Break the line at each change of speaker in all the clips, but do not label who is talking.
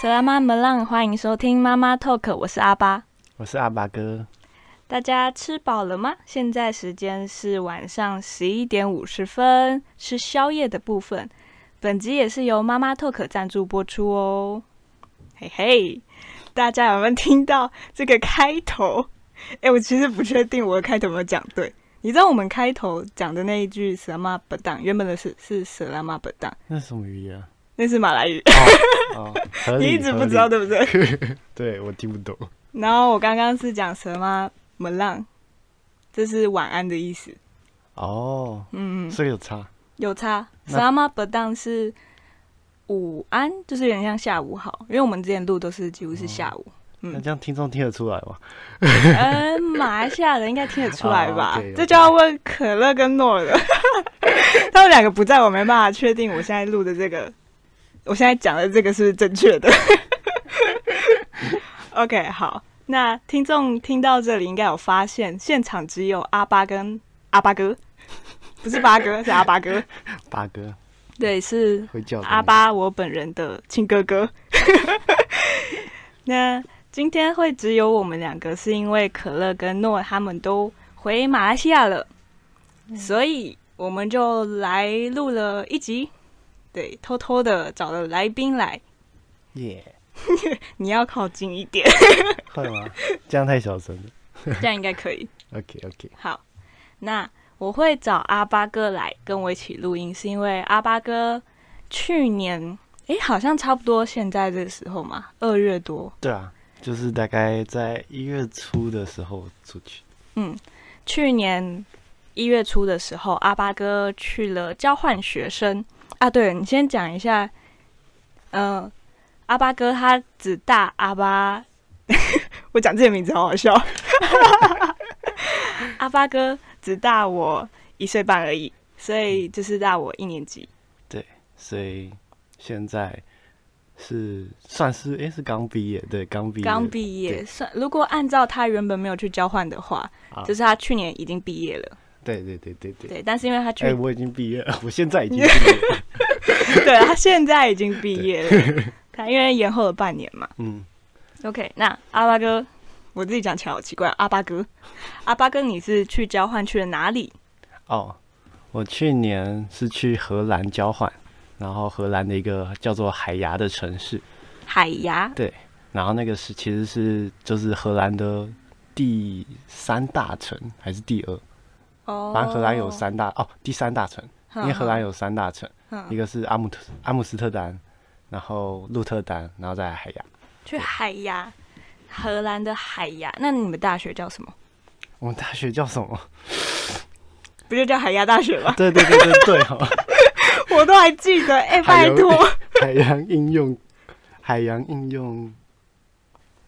Selamat malam，欢迎收听妈妈 Talk，我是阿巴。
我是阿巴哥。
大家吃饱了吗？现在时间是晚上十一点五十分，吃宵夜的部分。本集也是由妈妈 Talk 赞助播出哦。嘿嘿，大家有没有听到这个开头？ 哎、我其实不确定我的开头有没有讲对。你知道我们开头讲的那一句 “selamat p e d a n 原本的是是 “selamat p e d a n
那是什么语言啊？
那是马来语，
哦， 合
你
理
一直不知道
合
对
理
不对？
对我听不懂。
然后我刚刚是讲什么么浪，这是晚安的意思。
哦，
嗯，
这个有差。
有差。
那
Sama b a d a n 是午安，就是有点像下午好，因为我们之前录都是几乎是下午。
那
嗯
这样听众听得出来吗？
嗯，马来西亚人应该听得出来吧？
哦，OK，OK
这就要问可乐跟诺了。 他们两个不在，我没办法确定我现在录的这个，我现在讲的这个是不是正确的。OK，好，那听众听到这里应该有发现，现场只有阿巴跟阿巴哥，不是八哥，是阿巴哥。
八哥
对，是
会叫的
阿巴，我本人的亲哥哥。那今天会只有我们两个，是因为可乐跟诺他们都回马来西亚了，所以我们就来录了一集。对，偷偷的找了来宾来，
那个耶，
你要靠近一点，
会吗？ 这样太小声了。
这样应该可以。
OK OK，
好，那我会找阿巴哥来跟我一起录音，是因为阿巴哥去年，诶，好像差不多现在这个时候嘛，二月多，
对啊，就是大概在一月初的时候出去。
去年一月初的时候，阿巴哥去了交换学生啊对。你先讲一下，嗯、阿巴哥他只大阿巴， 我讲这个名字好好笑。 阿巴哥只大我一岁半而已，所以就是大我一年级。
所以现在是算是诶，是刚毕业，对，刚毕业，
刚毕业，
对
算如果按照他原本没有去交换的话，
啊
就是他去年已经毕业了，
对对对对对。
对。但是因为他去
哎、我已经毕业了，我现在已经毕业 了。
对，他现在已经毕业 了，他因为延后了半年嘛。
嗯，
OK，那阿巴哥，我自己讲起来好奇怪，阿巴哥，阿巴哥，你是去交换去了哪里？
哦，我去年是去荷兰交换，然后荷兰的一个叫做海牙的城市，
海牙，
然后那个是其实是就是荷兰的第三大城还是第二？
哦
反正荷兰有，三大哦，第三大城，因为荷兰有三大城，
哼
一个是阿姆特阿姆斯特丹，然后鹿特丹，然后再来海牙。
去海牙，荷兰的海牙，那你们大学叫什么？
我们大学叫什么？？
不就叫海牙大学吗
对对对对对哦，
我都还记得，哎、
海
拜
洋
托，
海洋应用海洋应用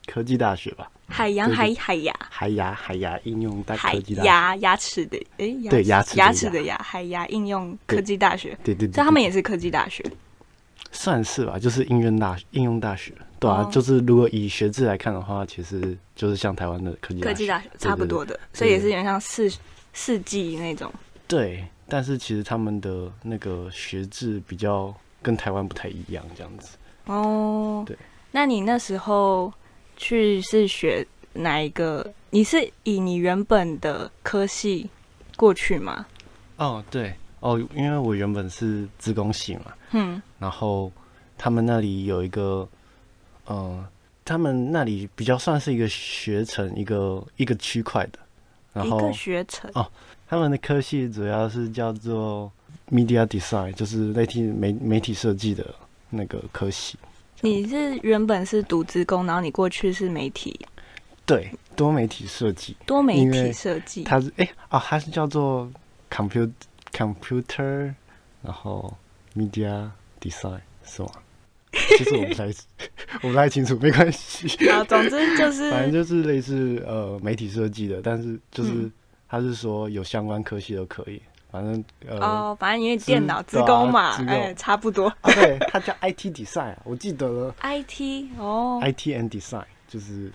科技大学吧，
海洋
对
海
对
海牙，
海牙海牙应用大
海
科技大学。
牙牙齿的，哎、牙
对
齿
牙齿的
牙齿
牙
的牙，海牙应用科
对
技大学，
对对对，
所以他们
也
也是科技大学。
算是吧，就是应用大应用大学，对啊，
哦
就是如果以学制来看的话，其实就是像台湾的科技大
科
学，
技大学
对
差不
对对
多的，所以也
对
是有点像四四季那种。
对，但是其实他们的那个学制比较跟台湾不太一样，这样子。
哦，
对。
那你那时候去是学哪一个？你是以你原本的科系过去吗？
哦，对，哦，因为我原本是资工系嘛，
嗯，
然后他们那里有一个，嗯、他们那里比较算是一个学程，一个一个区块的，然
一
后
个学程。
他们的科系主要是叫做 media design，就是类似媒媒体设计的那个科系。
你是原本是读职工，然后你过去是媒体
对，多媒体设计，
多媒
因
体
为
设计。
它是哎啊，它是叫做 computer computer，然后 media design 是吗？其实我不太 我不太清楚，没关系，
然后总之就
反
是
正就是类似呃媒体设计的，但是就是
嗯
他是说有相关科系都可以，反正呃
哦，反正因为
资
电脑职
对啊
工嘛，
资工
哎，差不多。
啊，对，它叫 IT design，啊我记得了
IT 哦，
，IT and design 就是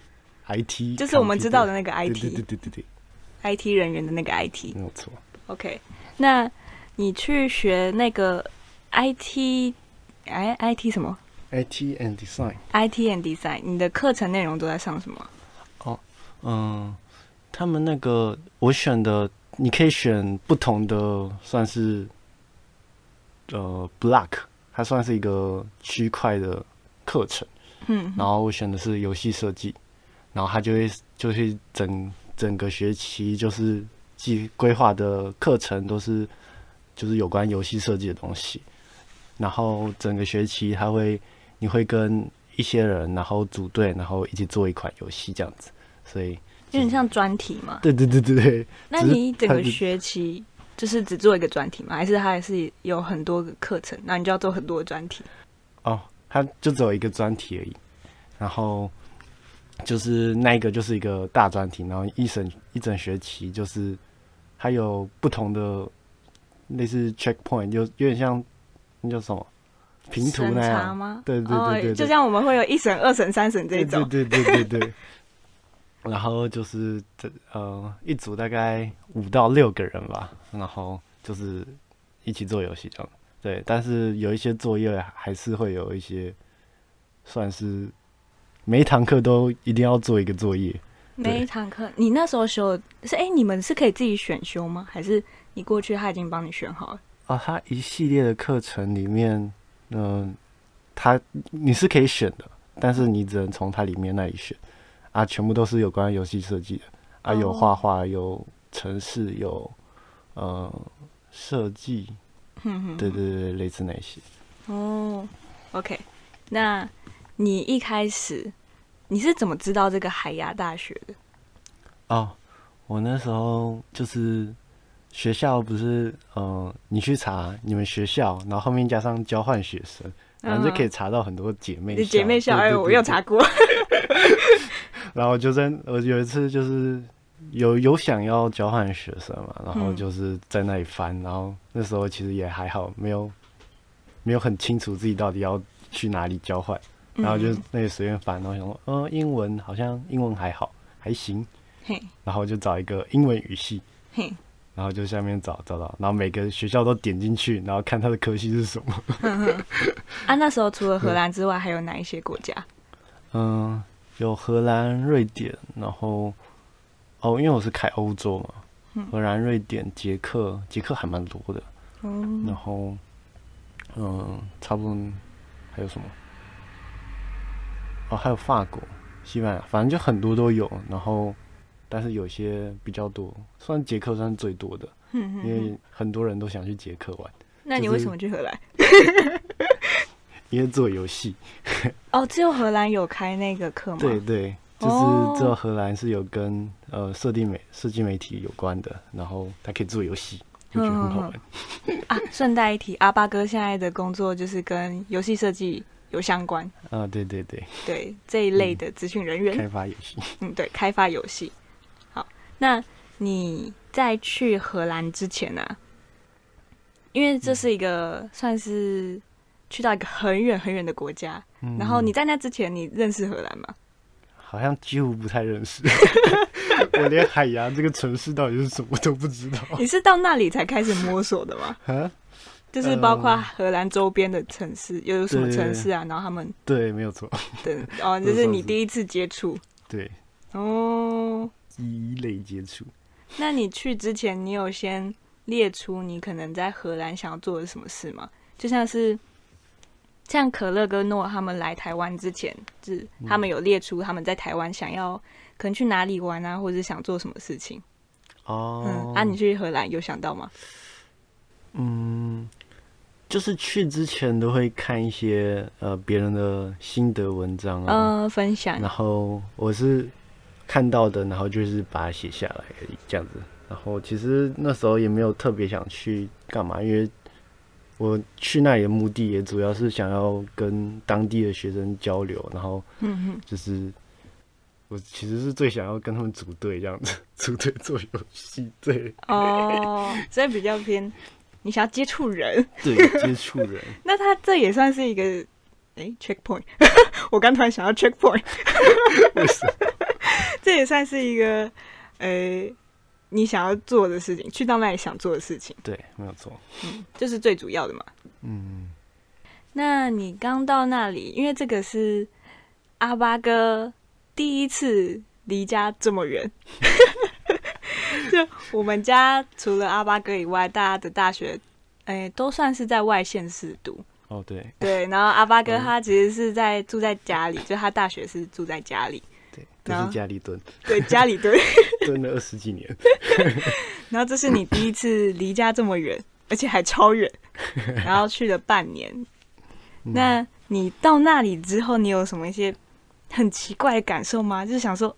IT，
就是我们知道的
computer
那个
对对
IT，IT
对对对，
人员的那个 IT
没。有错。
OK，那你去学那个 IT，哎，IT 什么
IT and Design。
IT and Design，你的课程内容都在上什么？啊
嗯，他们那个我选的，你可以选不同的，算是呃 block，它算是一个区块的课程。
嗯，
然后我选的是游戏设计，然后它就会就是整整个学期就是计规划的课程都是就是有关游戏设计的东西，然后整个学期它会你会跟一些人然后组队，然后一起做一款游戏这样子，所以
有点像专题 嘛。
对对对对对，
那
只是
你一整
它
个
是
学期就是只做一个专题吗？还是它还是有很多个课程，那你就要做很多个专题？
哦，它就只有一个专题而已，然后就是那一个就是一个大专题，然后一整一整学期就是它有不同的类似 checkpoint，有有点像那叫什么 平图
审
那
查
样，
吗？
对对对对
哦，就
对
像我们会有一审、二审、三审这
对
种
对。对对对对。 然后就是这呃一组大概五到六个人吧，然后就是一起做游戏这样。对，但是有一些作业还是会有一些，算是每一堂课都一定要做一个作业。
每一堂课，你那时候修的是哎、你们是可以自己选修吗？还是你过去他已经帮你选好了？
啊，它一系列的课程里面，嗯、它你是可以选的，但是你只能从它里面那里选啊，全部都是有关游戏设计的啊，有
哦
画画，有城市，有呃设计，
哼哼，
对对对，类似那些。
哦，OK，那你一开始你是怎么知道这个海牙大学的？
哦，我那时候就是学校不是，呃，你去查你们学校，然后后面加上交换学生，然后就可以
嗯
查到很多姐妹
你姐妹校，
对
哎，
对
我
对
又
对
查过，
然后就在我有一次就是有有想要交换学生嘛，然后
嗯
就是在那里翻，然后那时候其实也还好，没有没有很清楚自己到底要去哪里交换，然后就
嗯
那里随便翻，然后想说，呃，英文好像英文还好，还行，
嘿
然后就找一个英文语系，
嘿，
然后就下面找找找，然后每个学校都点进去，然后看它的科系是什么。
啊，那时候除了荷兰之外，还有哪一些国家？
嗯，有荷兰、瑞典，然后哦，因为我是开欧洲嘛，荷兰、瑞典、捷克，捷克还蛮多的。然
嗯，
后，嗯，差不多还有什么？哦，还有法国、西班牙，反正就很多都有。然后，但是有些比较多，算捷克算是最多的，
哼哼
因为很多人都想去捷克玩，
那你
就是
为什么去荷兰？
因为做游戏。
哦，只有荷兰有开那个课吗？哦
对对，就是这荷兰是有跟呃设定媒设计媒体有关的，然后它可以做游戏，我觉得很好玩。
啊，顺带一提，阿巴哥现在的工作就是跟游戏设计有相关，
啊，对对对，
对这一类的咨询人员，
开发游戏。
嗯，对，开发游戏。好，那你在去荷兰之前呢、啊，因为这是一个算是去到一个很远很远的国家，
嗯
然后你在那之前，你认识荷兰吗？
好像几乎不太 认识，我连海牙这个城市到底是什么都不知道。
你是到那里才开始摸索的吗？
啊，
就是包括
嗯
荷兰周边的城市，又有什么
对
城市啊？然后他们
对，没有错，
的 哦，
都
就是是
算
你
是
第一次接触
对，
哦。
一类接触。
那你去之前，你有先列出你可能在荷兰想要做的什么事吗？就像是像可乐跟诺他们来台湾之前，就是他们有列出他们在台湾想要可能去哪里玩啊，或者是想做什么事情。
哦
嗯，，啊，你去荷兰有想到吗？
嗯，就是去之前都会看一些呃别人的心得文章啊，
嗯、分享
然后我是看到的，然后就是把它写下来而已这样子。然后其实那时候也没有特别想去干嘛，因为我去那里的目的也主要是想要跟当地的学生交流，然后
嗯嗯，
就是我其实是最想要跟他们组队这样子， 组队做游戏，对
哦，所以比较偏你想要接触人，
对，接触人，
那他这也算是一个诶 checkpoint，我刚突然想到 checkpoint，
为什么？
这也算是一个呃你想要做的事情，去到那里想做的事情，
对，没有错，
这是最主要的嘛。
嗯，
那你刚到那里，因为这个是阿巴哥第一次离家这么远。 就我们家除了阿巴哥以外，大家的大学，哎、都算是在外县市读。
哦，对，
对，然后阿巴哥
嗯
他其实是在住在家里，就他大学是住在家里，
对，都
然后
是家里蹲，
对，家里对。
蹲了二十几年。
然后这是你第一次离家这么远，而且还超 远，然后去了半年。
嗯
那你到那里之后，你有什么一些很奇怪的感受吗？就是想说，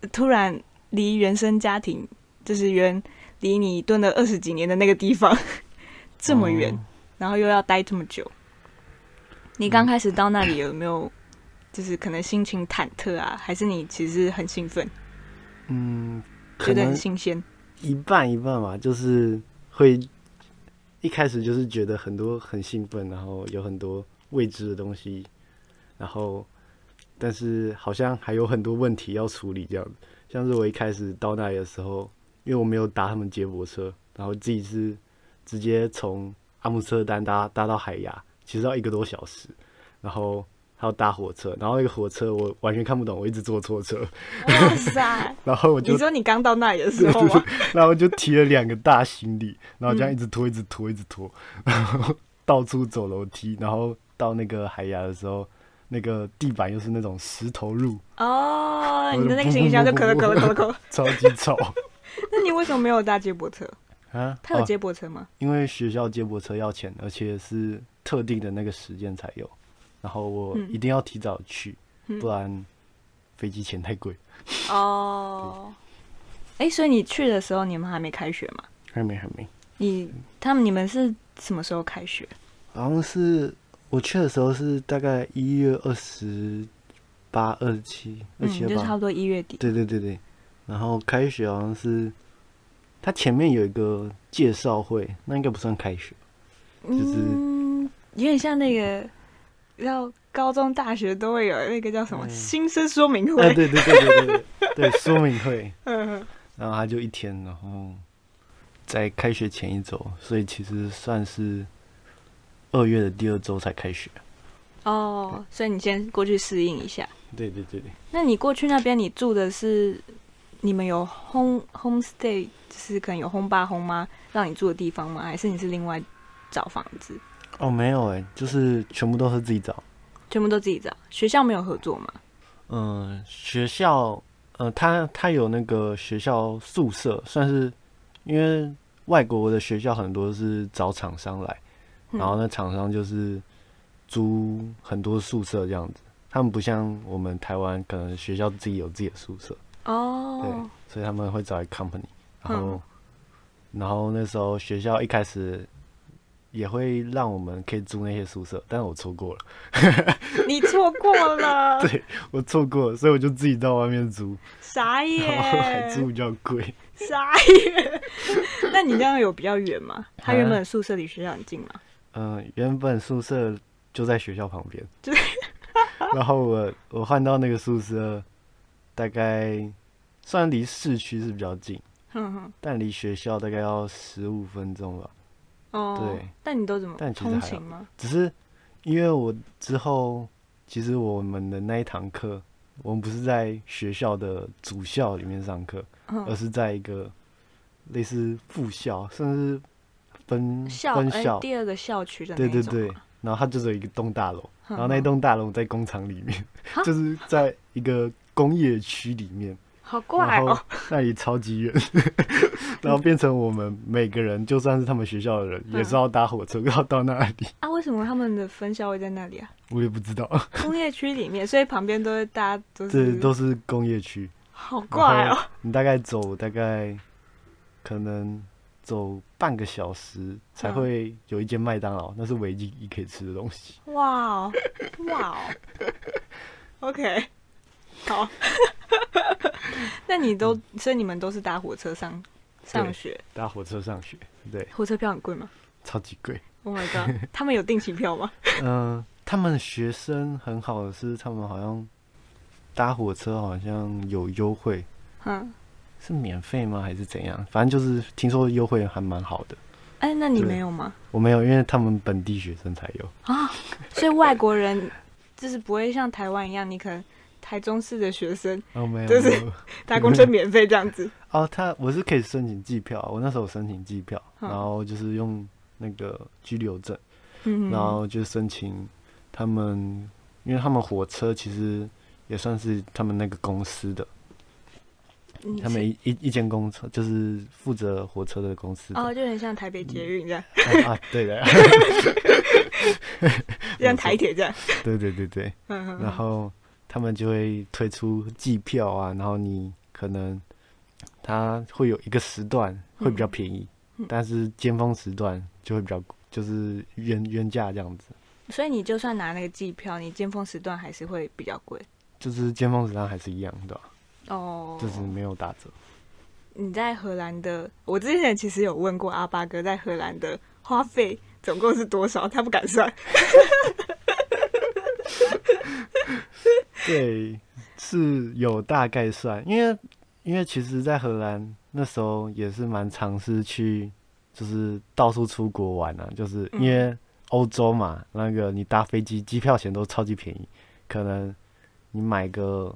呃突然离原生家庭，就是原离你蹲了二十几年的那个地方 这么远，
哦
然后又要待这么久。你刚开始到那里有没有，就是可能心情忐忑啊，还是你其实很兴奋，
嗯，可
觉得
能
很新鲜？
一半一半吧，就是会一开始就是觉得很多很兴奋，然后有很多未知的东西，然后但是好像还有很多问题要处理这样子。像是我一开始到那里的时候，因为我没有搭他们接驳车，然后自己是直接从阿姆斯特丹搭搭到海牙，其实要一个多小时，然后还要搭火车，然后那个火车我完全看不懂，我一直坐错车，
哇塞！
然后我就
你说你刚到那里的时候啊吗？
然后就提了两个大行李，然后这样一直拖，一直拖，一直拖，然后到处走楼梯，然后到那个海牙的时候，那个地板又是那种石头路，
哦，你的那个行李箱就咳了咳了咳了咳了。
超级 吵
那你为什么没有搭接驳车？
啊！
他有
哦
接驳车吗？
因为学校接驳车要钱，而且是特定的那个时间才有，然后我
嗯
一定要提早去，
嗯
不然飞机钱太贵。
哦，哎，所以你去的时候你们还没开学吗？
还没，还没。
你他们你们是什么时候开学？
好像是我去的时候是大概一月二十八、二十七、二
嗯，
七
就
二
差
八
不，多一月底。
对对对对。然后开学好像是，它前面有一个介绍会，那应该不算开学。就是
嗯，有点像那个，要高中、大学都会有那个叫什么
嗯
新生说明
哎，
会。
对对对对对对 对，说明会。
嗯，
然后它就一天，然后在开学前一周，所以其实算是二月的第二周才开学。
哦，所以你先过去适应一下。
对对对对，
那你过去那边，你住的是你们有 home home stay，就是可能有 home 爸 home 妈让你住的地方吗？还是你是另外找房子，
哦没有哎、就是全部都是自己找。
全部都自己找？学校没有合作吗？
嗯，学校，呃，他他有那个学校宿舍，算是因为外国的学校很多是找厂商来，
嗯
然后那厂商就是租很多宿舍这样子，他们不像我们台湾可能学校自己有自己的宿舍，
哦
对，所以他们会找一个 company，然后、
嗯
然后那时候学校一开始。也会让我们可以租那些宿舍，但我错过了，
你错过了，
我错过了，所以我就自己到外面租，
傻
然后还租
眼，
比较贵。
傻眼。 那你这样有比较远吗？
啊
他原本的宿舍离学校很近吗？
嗯，原本宿舍就在学校旁 边，然后我我换到那个宿舍，大概虽然离市区是比较近，
哼嗯哼，
但离学校大概要十五分钟吧。
哦，
对。
但你都怎么
但其实
通
还好
勤吗？
只是因为我之后，其实我们的那一堂课，我们不是在学校的主校里面上课，而
嗯，
是在一个类似副校，甚至分
校
嗯分
哎
校。
第二个校区的那
对对
一种嗯
对
吗，，
然后它就只有一个栋大楼，
嗯
然后那栋大楼在工厂里面，
哈
就是在一个工业区里面，
好怪
然
哦
后。那里超级远， 然后变成我们每个人，就算是他们学校的人，
嗯
也是要搭火车要到那里，
啊，为什么他们的分校会在那里啊？
我也不知道，
工业区里面，所以旁边都是大家都
这
是
都是工业区。
好嗯怪哦、
你大概走大概可能走半个小时才
嗯
会有一间麦当劳，那是唯一一可以吃的东西。
哇哦，哇哦，OK，好， 那你都，
嗯
所以你们都是搭火车上上学，
搭火车上学，对，
火车票很贵吗
超级 贵。
？Oh my god，他们有定期票吗？
嗯，他们学生很好的是，他们好像搭火车好像有优惠，
嗯，
是免费吗？还是怎样？反正就是听说优惠还蛮好的。
哎，那你
对
没有吗？
我没有，因为他们本地学生才有。
啊，所以外国人就是不会像台湾一样，你可能台中市的学生
哦，没有，
就是
没有
搭公车免费这样子。
哦，他我是可以申请机票，啊我那时候有申请机票，
嗯
然后就是用那个居留证，
嗯，
然后就申请他们，因为他们火车其实也算是他们那个公司的，
你
他们一一一间公司就是负责火车的公司的
哦，就很像台北捷运这样，
哦啊，对的， 嗯
像台铁这样。
对对对对，
嗯嗯嗯
然后他们就会推出季票啊，然后你可能它会有一个时段会比较便宜，
嗯嗯
但是尖峰时段就会比较就是原原价这样子，
所以你就算拿那个机票，你尖峰时段还是会比较贵
就是尖峰时段还是一样的，
哦。
就是没有打折。
你在荷兰的，我之前其实有问过阿巴哥在荷兰的花费总共是多少，他不敢算。
对，是有大概算，因为因为其实，在荷兰那时候也是蛮尝试去，就是到处出国玩啊，就是因为欧洲嘛，那个你搭飞机机票钱都超级便宜，可能你买个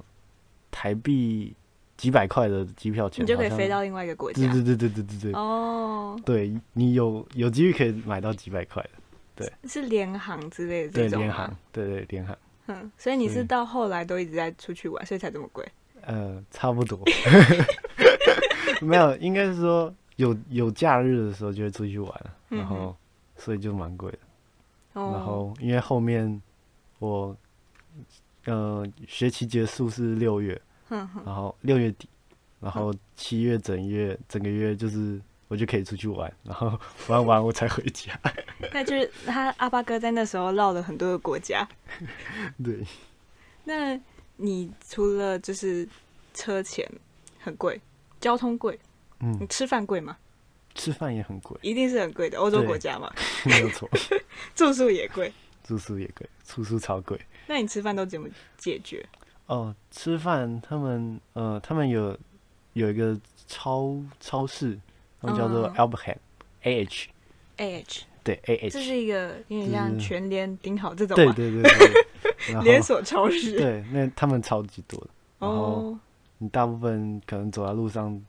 台币几百块的机票钱，
你就可以
好像
飞到另外一个国家
对。对对对对对对，
哦，
对你有有机遇可以买到几百块的，
是联航之类的
对
这种
联
吗
航，对对联航，
嗯，所以你是
嗯
到后来都一直在出去玩，所以才这么贵。
呃，差 不多，没有，应该是说有有假日的时候就会出去玩，然
嗯
后所以就蛮贵的。
哦，
然后因为后面我呃学期结束是六月，
嗯哼哼，
然后六月底，然后七月整月整个月就是我就可以出去玩，然后玩完我才回家。
那就是他阿巴哥在那时候绕了很多个国家。
对，
那你除了就是车钱很贵，交通贵，你
嗯，
吃饭贵吗？，
吃饭也很贵
一定是很贵的，欧洲
对
国家嘛，
没有错，
住宿也贵。
住宿也贵，住宿超贵。
那你吃饭都怎么解决？
哦，吃饭他们呃，他们有有一个超超市，他们叫做
嗯
Albert A H，
A H，
对 A
这
H，
是一个有点像
就是
全联、顶好这种
对
嘛
对对对，然
连
后
锁超市。
对，那他们超级多的，然后
哦，
你大部分可能走在路上，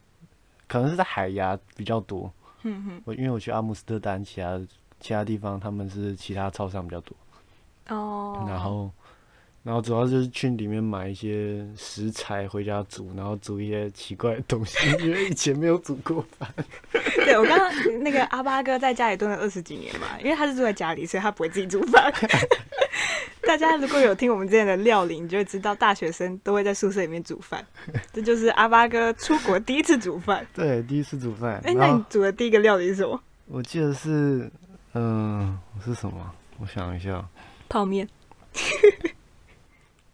可能是在海牙比较多。
哼哼，
我因为我去阿姆斯特丹，其他其他地方他们是其他超商比较多，
哦，
然后。然后主要就是去里面买一些食材回家煮，然后煮一些奇怪的东西， 因为以前没有煮过饭。
对我刚刚那个阿巴哥在家里蹲了二十几年嘛，因为他是住在家里，所以他不会自己煮饭。 大家如果有听我们之前的料理，你就会知道大学生都会在宿舍里面煮饭，这就是阿巴哥出国第一次煮饭。
对，第一次煮饭。
哎、那
然
你
后
煮的第一个料理是什么？
我记得是，嗯、是什么？我想一下。
泡面。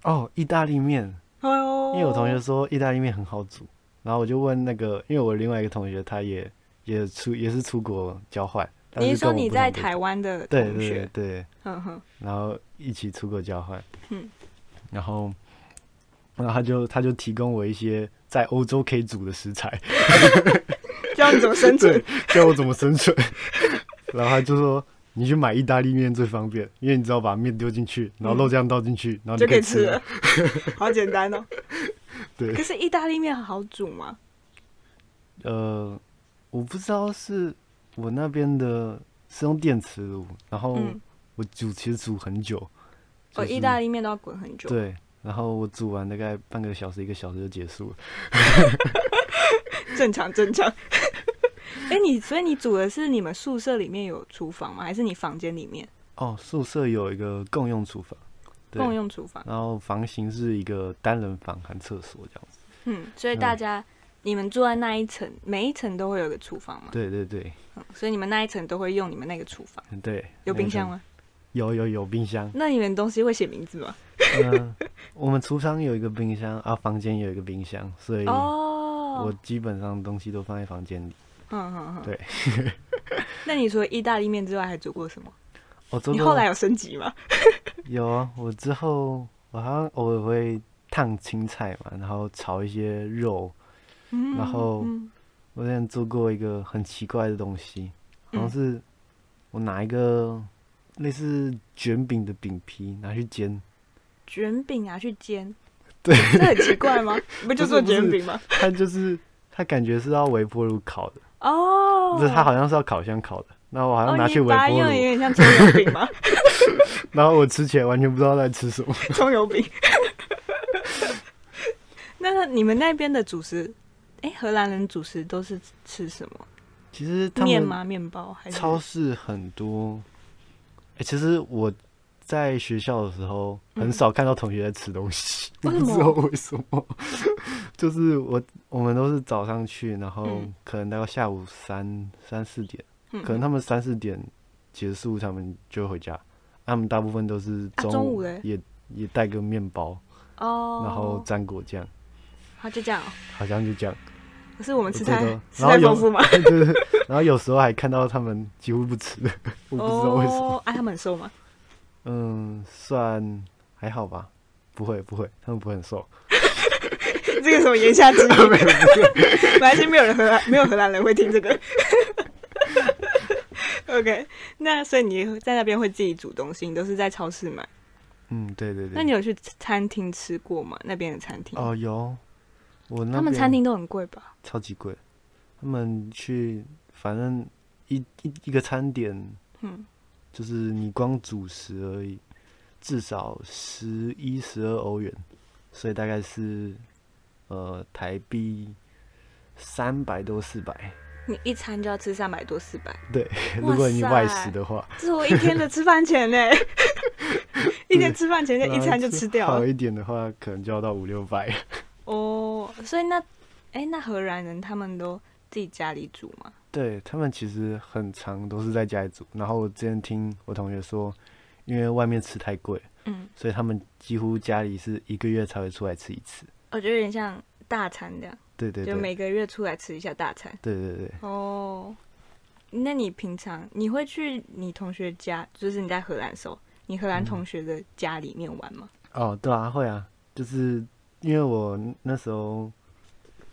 哦，意大利面，
哦，
因为我同学说意大利面很好煮，然后我就问那个，因为我另外一个同学他也也出也是出国交换，但
你是
是跟
说
我
你
不
在
同背
台
景
湾的
对
同
对对
学？
对，
嗯哼，
然后一起出国交换，
嗯，
然后然后他就他就提供我一些在欧洲可以煮的食材，
教你怎么 生存
对。，教我怎么生存。 然后他就说：“你去买意大利面最方便，因为你只要把面丢进去，然后肉酱倒进去，然后
嗯就
哦你
可以
吃
吃了。， 好简单 哦。
对
可是意大利面好煮吗？
呃，我不知道是我那边的是用电磁炉，然后
嗯
我煮其实煮很久，
哦，意大利面都要滚很久。
对，然后我煮完大概半个小时一个小时就结束了。
正常正 常。哎、你所以你煮的是你们宿舍里面有厨房吗？还是你房间里面
哦，宿舍有一个共用厨房，对啊
共，用厨房？
然后房型是一个单人房含厕所这样子。
嗯，所以大家、你们住在那一层，每一层都会有个厨房嘛、
对对对
嗯所以你们那一层都会用你们那个厨房。
对，
有冰箱
吗？
吗？
有有有冰箱，
那你们东西会写名字吗？
嗯，我们厨房有一个冰箱，啊，房间有一个冰箱，所以哎我
哦，
基本上东西都放在房间里。
嗯嗯嗯。
对。
那你除了意大利面之外，还煮过什么？
哦，真
你
的
后来有升级吗？
有啊，我之后我好像偶尔会烫青菜嘛，然后炒一些肉。
嗯
然后
嗯
我之前做过一个很奇怪的东西，
嗯
然后是我拿一个类似卷饼的饼皮拿去煎，
卷饼啊去煎，
对，
这很奇怪吗？不就做
不是
卷饼吗？
它就是它感觉是要微波炉烤的，
哦，
就是它好像是要烤箱烤的。那我好像
哦，
拿去
你
微
把它
波
用
炉，
有点 像葱油饼吗？
然后我吃起来完全不知道在吃什么。
葱油饼。 那你们那边的主食，哎、荷兰人主食都是吃什么？
其实他
面
们
吗？面包还是？
超市很多。哎、其实我在学校的时候很
嗯
少看到同学在吃东西，
为
不
什
知
么
道为什么。就是我我们都是早上去，然后
嗯
可能到下午三三四点，
嗯
可能他们三四点结束，他们就回家。他们大部分都是
啊
中
中
午
午嘞
也、也带个面包，
哦，
然后蘸果酱，
他就这样哦、
好像就这样。
可是我们
我
吃
记
太
得
吃
然后
太
有
丰富吗？
对对对。然后有时候还看到他们几乎不吃的，我不知道为什么。
哦，哎、他们很瘦吗？
嗯，算还好吧，不会不会，他们不会很瘦。
这个什么言下 之意？反正没有人荷兰，没有荷兰人会听这个。OK，那所以你在那边会自己煮东西，你都是在超市买？
嗯，对对对。
那你有去餐厅吃过吗？那边的餐厅？
哦有，我那
他们
边
餐厅都很贵吧？
超级贵，他们去反正一一一个餐点
嗯，
就是你光主食而已，至少十一十二欧元，所以大概是呃台币三百多四百。
你一餐就要吃三百多四百，
对，
哇
如果你外
塞
食的话，
这是我一天的吃饭钱 呢。一天吃饭钱，那一餐就吃掉
好
了。
一点的话，可能就要到五六百。
哦，所以那，哎、那荷兰人他们都自己家里煮吗？
对他们其实很常都是在家里煮，然后我之前听我同学说，因为外面吃太贵，
嗯，
所以他们几乎家里是一个月才会出来吃一次。
我哦觉得有点像大餐这样，
对对对，
就
对
每个月出来吃一下大餐。
对对，
哦，那你平常你会去你同学家，就是你在荷兰的时候，你荷兰
嗯
同学的家里面玩吗？
哦，对啊，会啊，就是因为我那时候，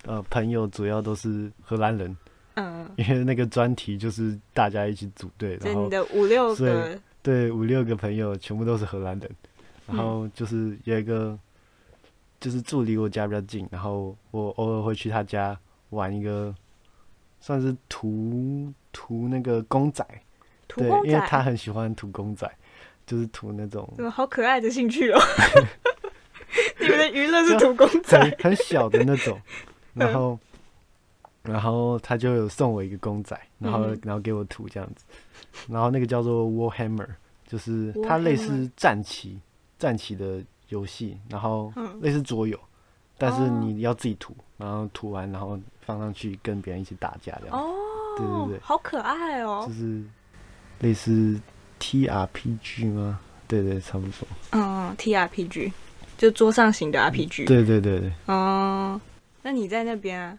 呃，朋友主要都是荷兰人，
嗯，
因为那个专题就是大家一起组队，
所以
然
你
后
的五六
所
个
以对五六个朋友全部都是荷兰人，
嗯
然后就是有一个就是住离我家比较近，然后我偶尔会去他家玩一个，算是涂涂那个公仔，
土
对，
公
因为他
仔，
很喜欢涂公仔，就是涂那种
怎么好可爱的兴 趣哦！你们的娱乐是
就
土公
很
仔，
很小的那 种，
嗯
然后。然后他就有送我一个公仔，然后
嗯
然后给我涂这样子，然后那个叫做 Warhammer，就是它类似
Warhammer
战棋战棋的游戏，然后
嗯，
类似桌游，但是
哦
你要自己涂，然后涂完然后放上去跟别人一起打架这样，对对
哦
对，
好可爱哦
就，是类似 TRPG 吗？对对，差不多。
嗯，T R P G，就桌上型的 R P G，
对对对对，
哦，那你在那边啊？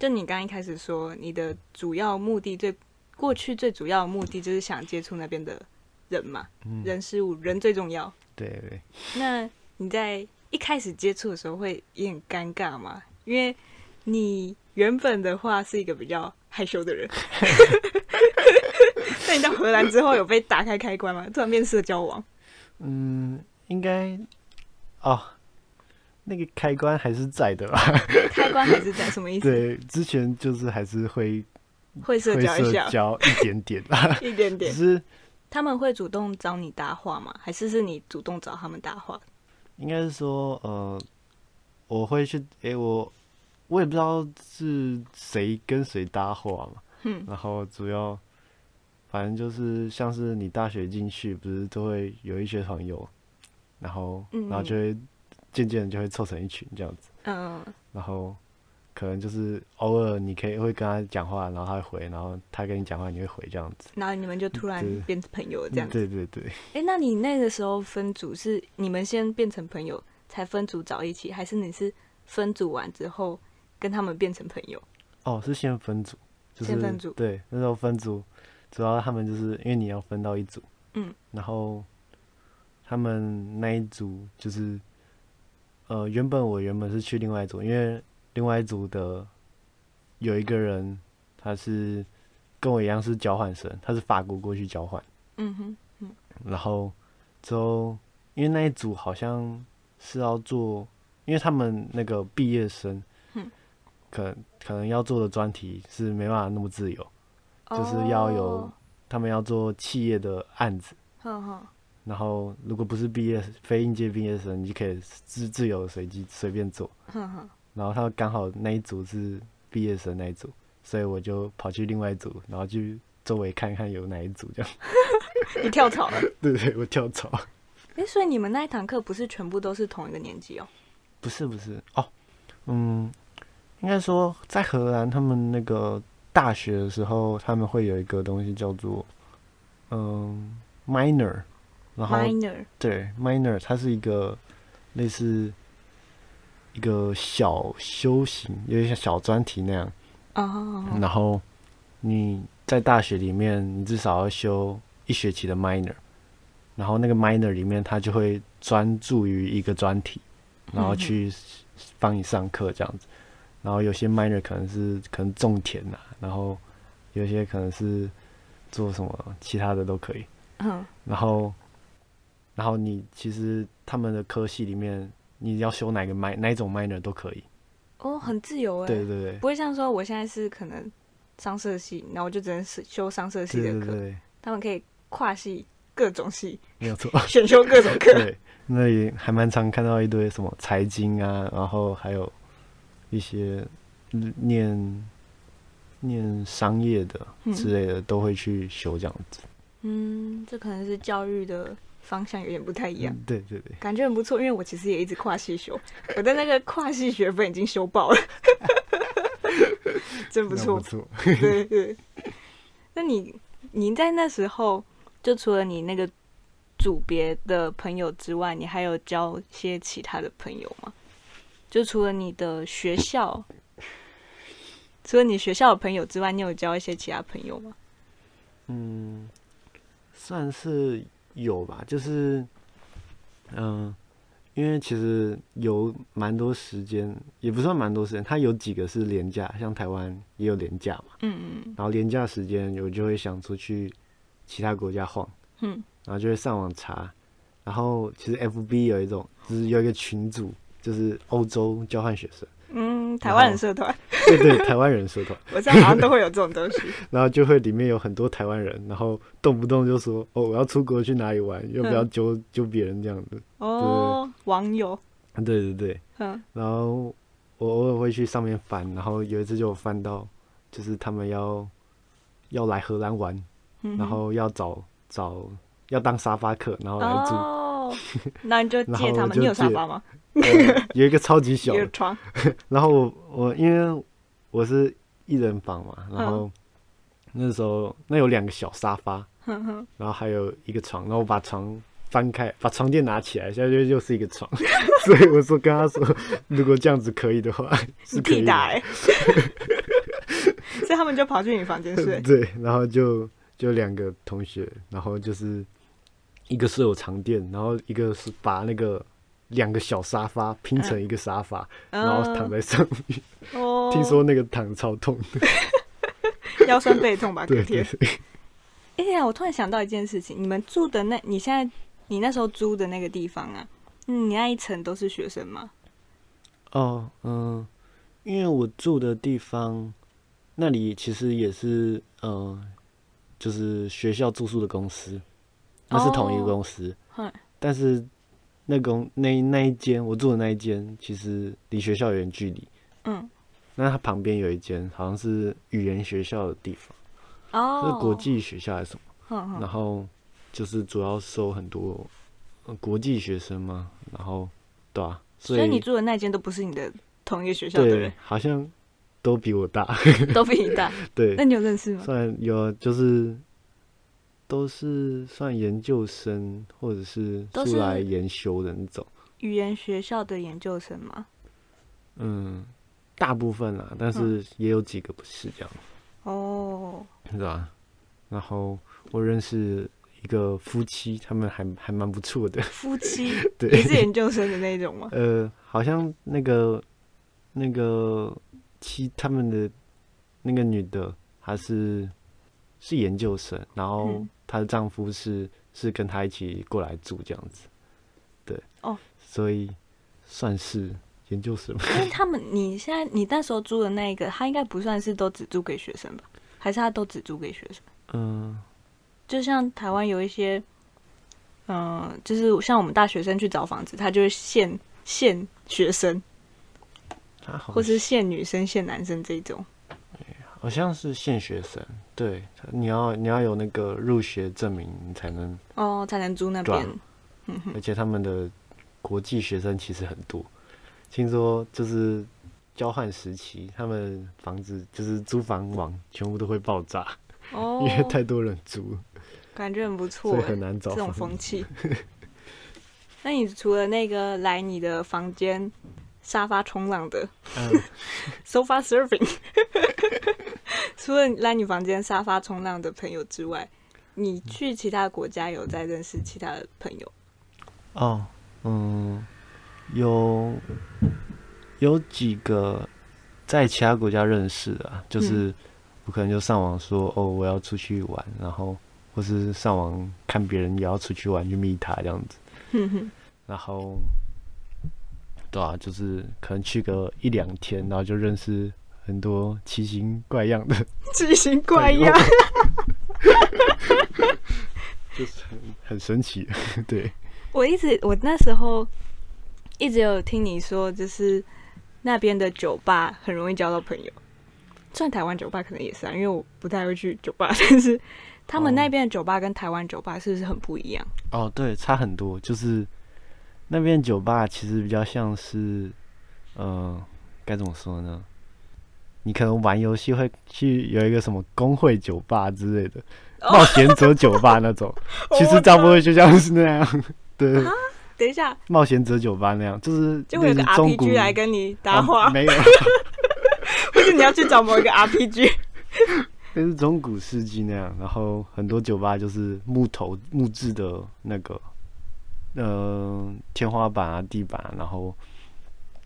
就你刚一开始说，你的主要目的最过去最主要的目的就是想接触那边的人嘛，
嗯，对
人事物人最重要。
对对，
那你在一开始接触的时候会有点尴尬吗？因为你原本的话是一个比较害羞的 人，那你到荷兰之后有被打开开关吗？突然变社交王？
嗯，应该哦，那个开关还是在的 吧？
开关还是在什么意思？
对，之前就是还是会
会社
会
交一
社
下，
交一点点啦，
一点点
只。是
他们会主动找你搭话吗？还是是你主动找他们搭话？
应该是说，呃，我会去，诶、我我也不知道是谁跟谁搭话嘛。
嗯
然后主要，反正就是像是你大学进去，不是都会有一些朋友，然后然后就会渐渐地就会凑成一群这样子，
嗯，
然后可能就是偶尔你可以会跟他讲话，然后他会回，然后他跟你讲话，你会回这样子。
然后你们就突然
对
变成朋友了这样
嗯
子。
对对对，
哎、那你那个时候分组是你们先变成朋友才分组找一起，还是你是分组完之后跟他们变成朋友？
哦，是先分组，就是
先分组
对，那时候分组，主要他们就是因为你要分到一组，
嗯，
然后他们那一组就是，呃，原本我原本是去另外一组，因为另外一组的有一个人他是跟我一样是交换生，他是法国过去交换，
嗯哼，
然后之后因为那一组好像是要做，因为他们那个毕业生，
嗯
可可能要做的专题是没办法那么自由，就是要有
哦，
他们要做企业的案子，
哼哼，
然后如果不是毕业非应届毕业生，你就可以自自由随机随便做。
哼哼，
然后他们刚好那一组是毕业生那一组，所以我就跑去另外一组，然后去周围看看有哪一组这样。
你跳槽了。
对对，我跳槽。
哎，所以你们那一堂课不是全部都是同一个年级哦？
不是不是哦，嗯，应该说在荷兰他们那个大学的时候，他们会有一个东西叫做嗯 minor，然后
minor，
对 minor 它是一个类似一个小修行，有点像小专题那样。
哦，
然后你在大学里面，你至少要修一学期的 minor，然后那个 minor 里面他就会专注于一个专题，
嗯
然后去帮你上课这样子。然后有些 minor 可能是可能种田呐、然后有些可能是做什么其他的都可以。
嗯，
然后，然后你其实他们的科系里面，你要修哪个 min 哪一种 minor 都可以。
哦，很自由哎，
对对对，
不会像说我现在是可能商社系，然后我就只能是修商社系
对
的
对
课，
对，
他们可以跨系各种系，
没有错。
选修各种课。
对，那里还蛮常看到一堆什么财经啊，然后还有一些嗯念念商业的之类的、都会去修这样子。
嗯，这可能是教育的方向有点不太一样，
嗯对对对，
感觉很不错。因为我其实也一直跨系 修，我的那个跨系学分已经修爆了， 真不
那
错
不。错。
对对。那你你在那时候，就除了你那个组别的朋友之外，你还有交些其他的朋友吗？就除了你的学校，除了你学校的朋友之外，你有交一些其他朋友吗？
嗯，算是有吧，就是嗯、因为其实有蛮多时间，也不算蛮多时间，它有几个是廉价，像台湾也有廉价嘛，
嗯嗯
然后廉价时间我就会想出去其他国家晃。
嗯
然后就会上网查，然后其实 FB 有一种，就是有一个群组，就是欧洲交换学生，
嗯，台湾人社团，
对对，台湾人社团，
我知道好像都会有这种 东西。
然后就会里面有很多台湾人，然后动不动就说哦，我要出国去哪里玩，要不要
嗯
揪揪别人这样子，
哦，网友，
对对对，
嗯
然后我偶尔会去上面翻，然后有一次就有翻到，就是他们要要来荷兰玩，
嗯哼，
然后要找找要当沙发客，然后来住，
哦， 那你就
然
借
后
他
我
们，
就
你有沙
借
发吗？
呃有一个超级 小
有
的，
床，
然后我我因为我是一人房嘛，
嗯
然后那时候那有两个小沙发，
哼嗯哼，
然后还有一个床，然后我把床翻开，把床垫拿起来，现在就又是一个床， 所以我说跟他说，如果这样子可以的话是
你
可以
屁
的。
大哎、所以他们就跑去你房间睡
对，然后就就两个同学，然后就是一个是有床垫，然后一个是把那个。两个小沙发拼成一个沙发，然后躺在上面。
嗯哦，
听说那个躺超痛的，
腰酸背痛吧？隔
对对
天。
对
哎呀，我突然想到一件事情，你们住的那，你现在你那时候租的那个地方啊，嗯你那一层都是学生吗？
哦，嗯，因为我住的地方那里其实也是，呃，就是学校住宿的公司，那是同一个
哦
公司，
嗨
但是那公那那一间我住的那一间其实离学校有点距离，
嗯，
那它旁边有一间好像是语言学校的地方，
哦，
是国，际学校还是什么，
嗯
然
嗯，
后就是主要收很多、呃国际学生嘛，然后对啊，所
所以你住的那间都不是你的同一个学校的
对
人，
好像都比我大，
都比你大。
对
那。你有认识吗？
算有啊就是都是算研究生或者是
都
出来
是
研修的那种，
语言学校的研究生吗？
嗯，大部分啦，但
嗯
是也有几个不是这样，
哦，
是吧？然后我认识一个夫妻，他们还还蛮不错的，
夫妻
对
也是研究生的那种 吗？
呃，好像那个那个妻他们的那个女的，她是是研究生，然后
嗯
她的丈夫是是跟她一起过来住这样子，对，
哦，
所以算是研究生吧，
因为他们你现在你那时候租的那一个，他应该不算是都只租给学生吧？还是他都只租给学生？
嗯、
就像台湾有一些，嗯、就是像我们大学生去找房子，他就会限限学生，
她好
或是限女生、限男生这一种。
好像是现学生，对，你要你要有那个入学证明，你才能，
哦，才能租那
对啊
边。
而且他们的国际学生其实很多，听说就是交换时期，他们房子就是租房网全部都会爆炸，
哦
因，为太多人租，
感觉很不错
所以
哎
很，难找
这种
房
风
子。
气。那你除了那个来你的房间沙发冲浪的，
嗯，
sofa surfing 。 除了来你房间沙发冲浪的朋友之外，你去其他国家有在认识其他的朋友？
哦，嗯，有有几个在其他国家认识的、啊，
嗯
就是我可能就上网说哦，我要出去玩，然后或是上网看别人也要出去玩去密他这样子，
哼哼，
然后对啊，就是可能去个一两天，然后就认识很多奇形怪样的
奇形怪样。
朋友， 就是很很神奇，对，
我一直我那时候一直有听你说，就是那边的酒吧很容易交到朋友。虽然台湾酒吧可能也是啊，因为我不太会去酒吧，但是他们
哦
那边的酒吧跟台湾酒吧是不是很不一样？
哦，对，差很多。就是那边酒吧其实比较像是，呃，该怎么说呢？你可能玩游戏会去有一个什么工会酒吧之类的，
哦
冒险者酒吧 那种，其
我
实
知
差
道
不多就像是那样， 对，
等一下
冒险者酒吧那样，就是
就会有个
类似中古
RPG 来跟你搭
哦
话，
没有，
或者你要去找某一个 RPG。
那是中古世纪那样，然后很多酒吧就是木头木质的那个，呃，天花板啊、地板啊，然后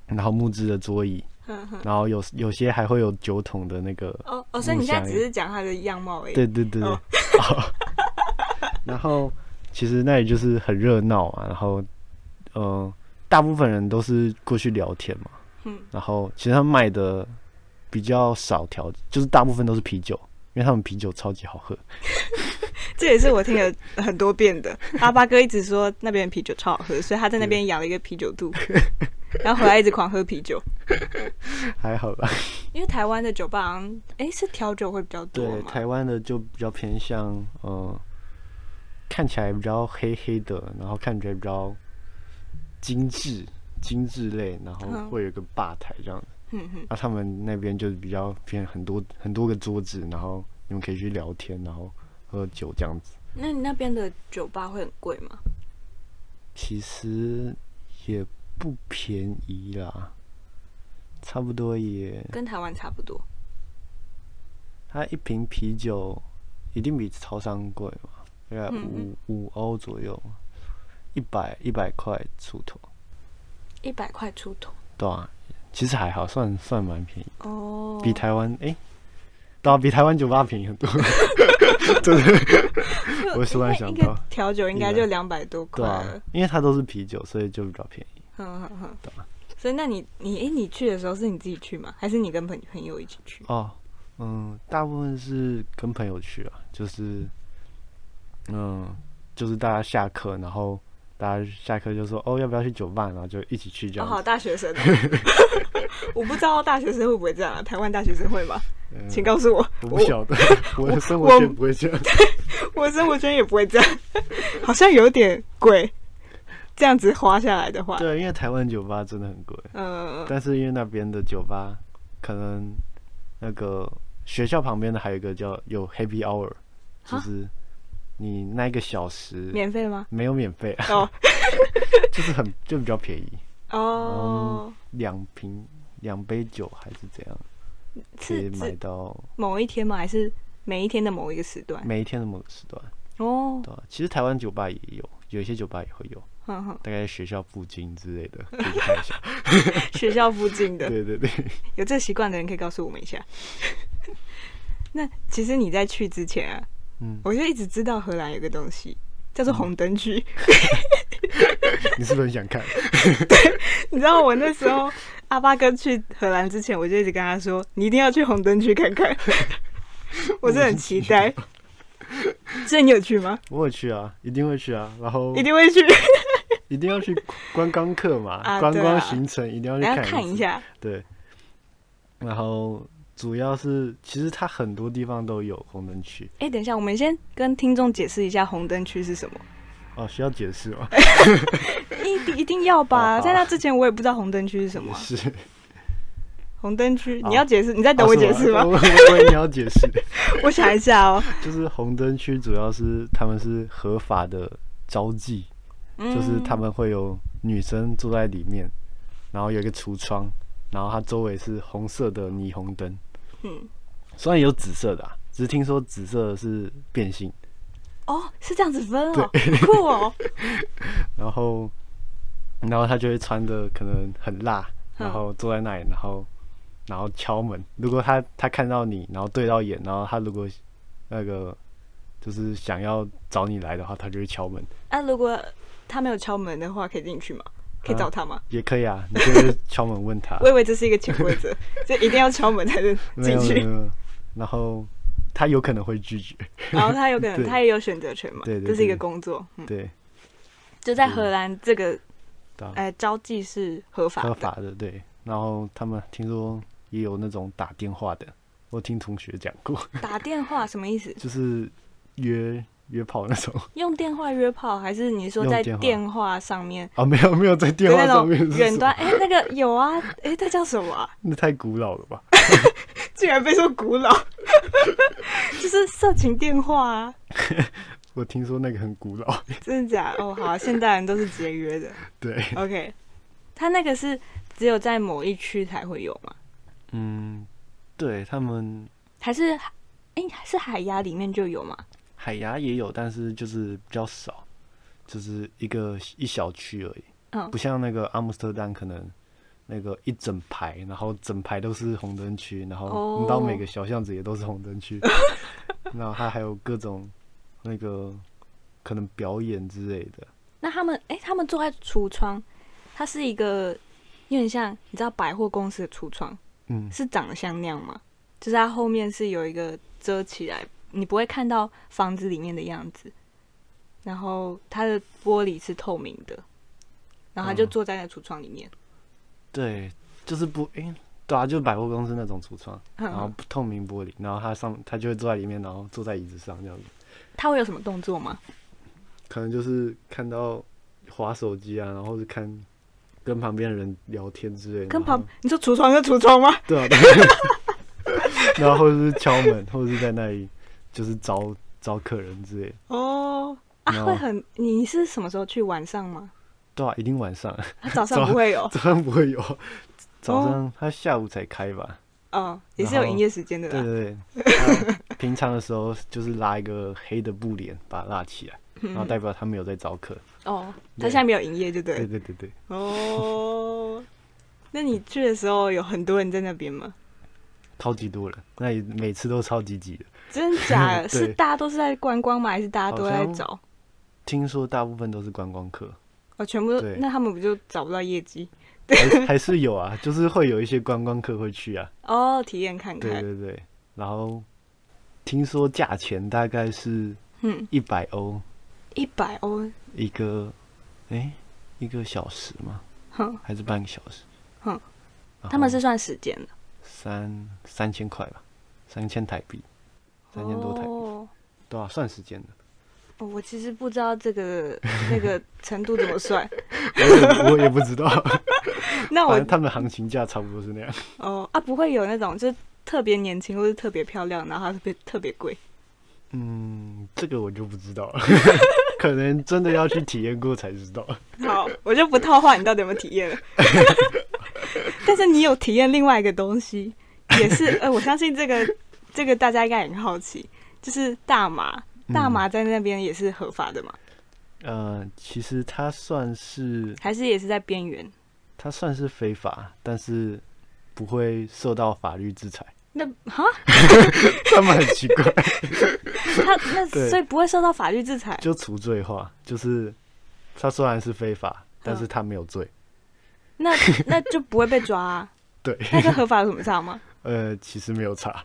然后木质的桌椅，
嗯哼哼
然后有有些还会有酒桶的那个，
哦哦，所以
木
你现在
箱
只
耶
是讲他的样貌而已。
对对对，
哦
然后其实那里就是很热闹嘛，然后呃，大部分人都是过去聊天嘛，
嗯，
然后其实他们卖的比较少调，就是大部分都是啤酒，因为他们啤酒超级好喝。
这也是我听了很多遍的。阿巴哥一直说那边的啤酒超好喝，所以他在那边养了一个啤酒 肚，然后回来一直狂喝啤酒。
还好吧，
因为台湾的酒吧好像，哎，是调酒会比较多
对，
嘛？
台湾的就比较偏向呃，看起来比较黑黑的，然后看起来比较精致精致类，然后
嗯
会有一个吧台这样子。啊
嗯哼，
那、他们那边就是比较偏很多很多个桌子，然后你们可以去聊天，然后喝酒这样子。
那你那边的酒吧会很贵吗？
其实也不便宜啦，差不多也，
跟台湾差不多。
它一瓶啤酒一定比超商贵嘛，大概
嗯
五五欧左右，一百一百块出头，
一百块出头
对啊，其实还好，算算蛮便宜，
哦，
比台湾诶，对啊，比台湾酒吧便宜很多，
就因
我也是突然
为
想
一
到
个调酒应该
一
就
百
两百多块
对啊
了，，
因为它都是啤酒，所以就比较便宜。
哼哼哼。
啊
所以那你你哎，你去的时候是你自己去吗？还是你跟朋朋友一起去？
哦，嗯，大部分是跟朋友去啊，就是，嗯，就是大家下课，然后大家下课就说哦，要不要去酒吧，然后就一起去这
哦，
样
好，
子。
大学生哦， 我不知道大学生会不会这样、啊，台湾大学生会吗？
嗯
请告诉我，
我
我
不晓得，我的生活
我
圈不会这样。
我生活圈也不会这样， 好像有点贵，这样子花下来的话，
对，因为台湾酒吧真的很贵，
嗯、
但是因为那边的酒吧可能那个学校旁边的还有一个叫有 Happy Hour，就
啊
是你那一个小时
免费吗？
没有免费啊，
哦
就是很就比较便宜。
哦，
两瓶两杯酒还是怎样，可
是
以买
指
到
某一天吗？还是每一天的某一个时段？
每一天的某个时段，
哦，嗯
对吧、其实台湾酒吧也有，有一些酒吧也会有，
哼哼，
大概在学校附近之类的，可以去看一下。
学校附近的
对对对，
有这习惯的人可以告诉我们一下。 那其实你在去之前啊，
嗯，
我就一直知道荷兰有个东西叫做红灯区。
你是不是很想看？
你知道我那时 候阿巴哥去荷兰之前，我就一直跟他说，你一定要去红灯区看 看。我真的很期待。所以你有去吗？
我有去啊，一定会去啊，然后
一定会去，
一定 要去观光客嘛，
啊
观
对啊
光行程一定要去
然
看
后看一
次
下。
对，然后主要是其实它很多地方都有红灯区
哎、等一下，我们先跟听众解释一下红灯区是什么。
哦，需要解释 吗？
一定一定要吧，
哦 好
在那之前我也不知道红灯区是什么
也
啊。
是，
红灯区，
好
你要解释，你 在等我
哦是
解释吗？
我我也要解释，
我想一下哦。
就是红灯区主要是他们是合法的招妓，
嗯
就是他们会有女生坐在里面，然后有一个橱窗，然后它周围是红色的霓虹灯，
嗯，
虽然有紫色的、啊，只是听说紫色的是变性。
哦，是这样子分哦，好酷哦。
然后，然后他就会穿的可能很辣，
嗯
然后坐在那里，然后，然后敲门。如果他他看到你，然后对到眼，然后他如果那个就是想要找你来的话，他就会敲门，
那、如果他没有敲门的话，可以进去吗？
嗯
可以找他吗？
也可以啊，你就是敲门 问他
我，以为这是一个潜规则， 就一定要敲门才能
没
进
有没有
去。
没有，然后他有可能会拒绝，
然后他有可能，
对
他也有选择权嘛。
对对对
这是一个工作。嗯，
对，
就在荷兰，这个
对啊
呃招妓是合法的。
合法的对。然后他们听说也有那种打电话的，我听同学讲过，
打电话什么意思？
就是约约炮那种。
用电话约炮，还是你说
用
在
电话
电话上面？
啊，没有没有在电
就
话
那
上
种
面是什
远
么
端，哎、那个有啊，哎、那叫什么、啊？
那太古老了吧？
竟然被说古老， 就是色情电话啊，
我听说那个很古老，
真的假的？哦，好啊、现代人都是节约的。
对，
OK，他那个是只有在某一区才会有吗？
嗯，对他们
还是，哎、是海牙里面就有吗？
海牙也有，但是就是比较少，就是一个一小区而已，
嗯
不像那个阿姆斯特丹可能。那个一整排，然后整排都是红灯区，然后你到
哦
每个小巷子也都是红灯 区，然后它还有各种那个可能表演之类的，
那他们，哎、他们坐在橱窗，它是一个有点像你知道百货公司的橱窗，
嗯，
是长得像那样吗？就是它后面是有一个遮起来，你不会看到房子里面的样子。然后它的玻璃是透明的，然后他就
嗯
坐在那橱窗里面。
对，就是不，诶，对啊，就是百货公司那种橱窗，
嗯
然后不透明玻璃，然后他上他就会坐在里面，然后坐在椅子上这样子，
他会有什么动作吗？
可能就是看到滑手机啊，然后是看跟旁边的人聊天之类的，
跟
然后
旁你说橱窗跟橱窗吗？
对 啊，对然后或者是敲门，或者是在那里就是招招客人之类的，
哦啊，
No
会很。你是什么时候去晚上吗？
对啊，一定晚上
他早上不会哦有，
早上不会有，早上他下午才开吧，
嗯，也是有
然后
营业时间的
对啊
啦。
对对， 他平常的时候就是拉一个黑的布帘把它拉起来，然后代表他没有在招客。
哦，他
对
现在没有营业，就对
对
了。
对对对，
哦，那你去的时候有很多人在那边吗？
超级多人，那里每次都超级挤的。
真假的
对
是大家都是在观光吗？还是大家都在
好像
找？
听说大部分都是观光 客，
哦，全部都
对
那他们不就找不到业绩？
还还是有啊，就是会有一些观光客会去啊。
哦，体验看
对
看，
对对，然后听说价钱大概是
嗯，
一百欧
一百欧，
一个，诶，一个小时吗？
哼，
还是半个小时？
哼
然后
他们是算时间的，
三三千块吧，三千台币，三千多台币。
哦
对啊，算时间的。
哦我其实不知道这个 那个程度怎么 算，
我也我也不 知道，
那
反
我
正他们行情价差不多是那样。
哦啊不会有那种就是特别年轻或是特别漂亮，然后它特别特别贵
嗯，这个我就不知道了，可能真的要去体验过才知道。
好，我就不套话，你到底有没有体验了？ 但是你有体验另外一个东西，也 是呃，我相信这个这个大家应该也很好奇，就是大麻，
嗯
大麻在那边也是合法的嘛，
呃，其实它算是
还是也是在边缘？
它算是非法，但是不会受到法律制裁。
那哈，
他们很奇怪，
他那
对
所以不会受到法律制裁。
就除罪化，就是他虽然是非法，
嗯
但是他没有罪。
那那就不会被抓、 啊，
对，
那跟合法有什么差吗？
呃，其实没有差，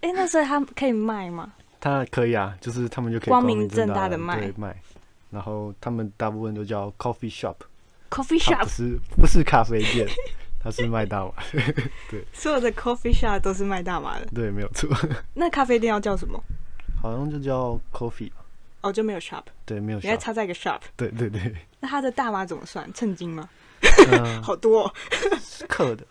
哎、那所以他可以卖吗？
他可以啊，就是他们就可以
光明
明
正大
大
地卖
对卖。然后他们大部分都叫 coffee shop，
coffee
它
shop
不是不是咖啡店，它是卖大麻。
所有的 coffee shop 都是卖大麻的，
对，没有错，
那咖啡店要叫什么？
好像就叫 coffee 吧。
哦，就没有 shop，
对，没有
你还
shop。
插在一个 shop。
对对对，
那它的大麻怎么算？称斤吗？
嗯、
好多、哦，
克的，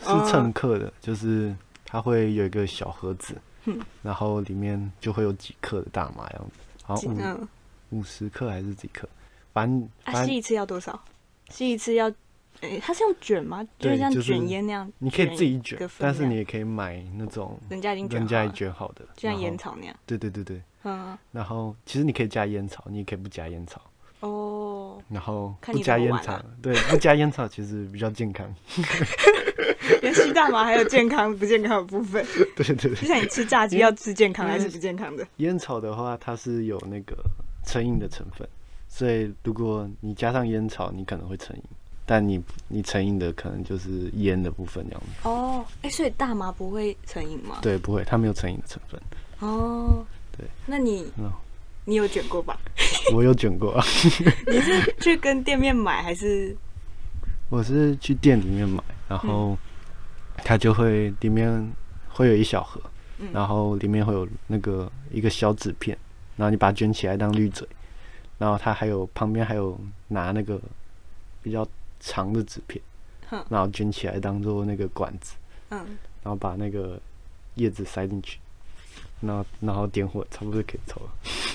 是
哦
称克的，就是它会有一个小盒子
嗯，
然后里面就会有几克的大麻样子，好像五
嗯，
五十克还是几克，反正
啊，
反
吸
正
一次要多少？吸一次要，诶、它是用卷吗？就
对
是像
就是
卷烟那样，
你可以自己
一个
卷，
分
但是
量
你也可以买那种
人家已经卷
人
好
家
了，
卷好的，
就像
然后
烟草那样。
对对对对，
嗯，
然后其实你可以加烟草，你也可以不加烟草，
哦，
然后
看
不
你
加
怎么
烟
玩
草
啊，
对，不加烟草其实比较健康，
连吸大麻还有健康不健康的部分，
对对对
就。像你吃炸鸡
因为嗯
要吃健康还是不健康的。
烟草的话，它是有那个成瘾的成分，所以如果你加上烟草，你可能会成瘾，但你你成瘾的可能就是烟的部分这样子。
哦，哎、所以大麻不会成瘾吗？
对，不会，它没有成瘾的成分。
哦，
对，
那你
嗯，
你有卷过吧？
我有卷过，啊，
你是去跟店面买还是？
我是去店里面买，然
嗯
后它就会里面会有一小盒，
嗯
然后里面会有那个一个小纸片，然后你把它卷起来当滤嘴，然后它还有旁边还有拿那个比较长的纸片
哼，
然后卷起来当做那个管子，
嗯，
然后把那个叶子塞进去，然后然后点火，差不多就可以抽了。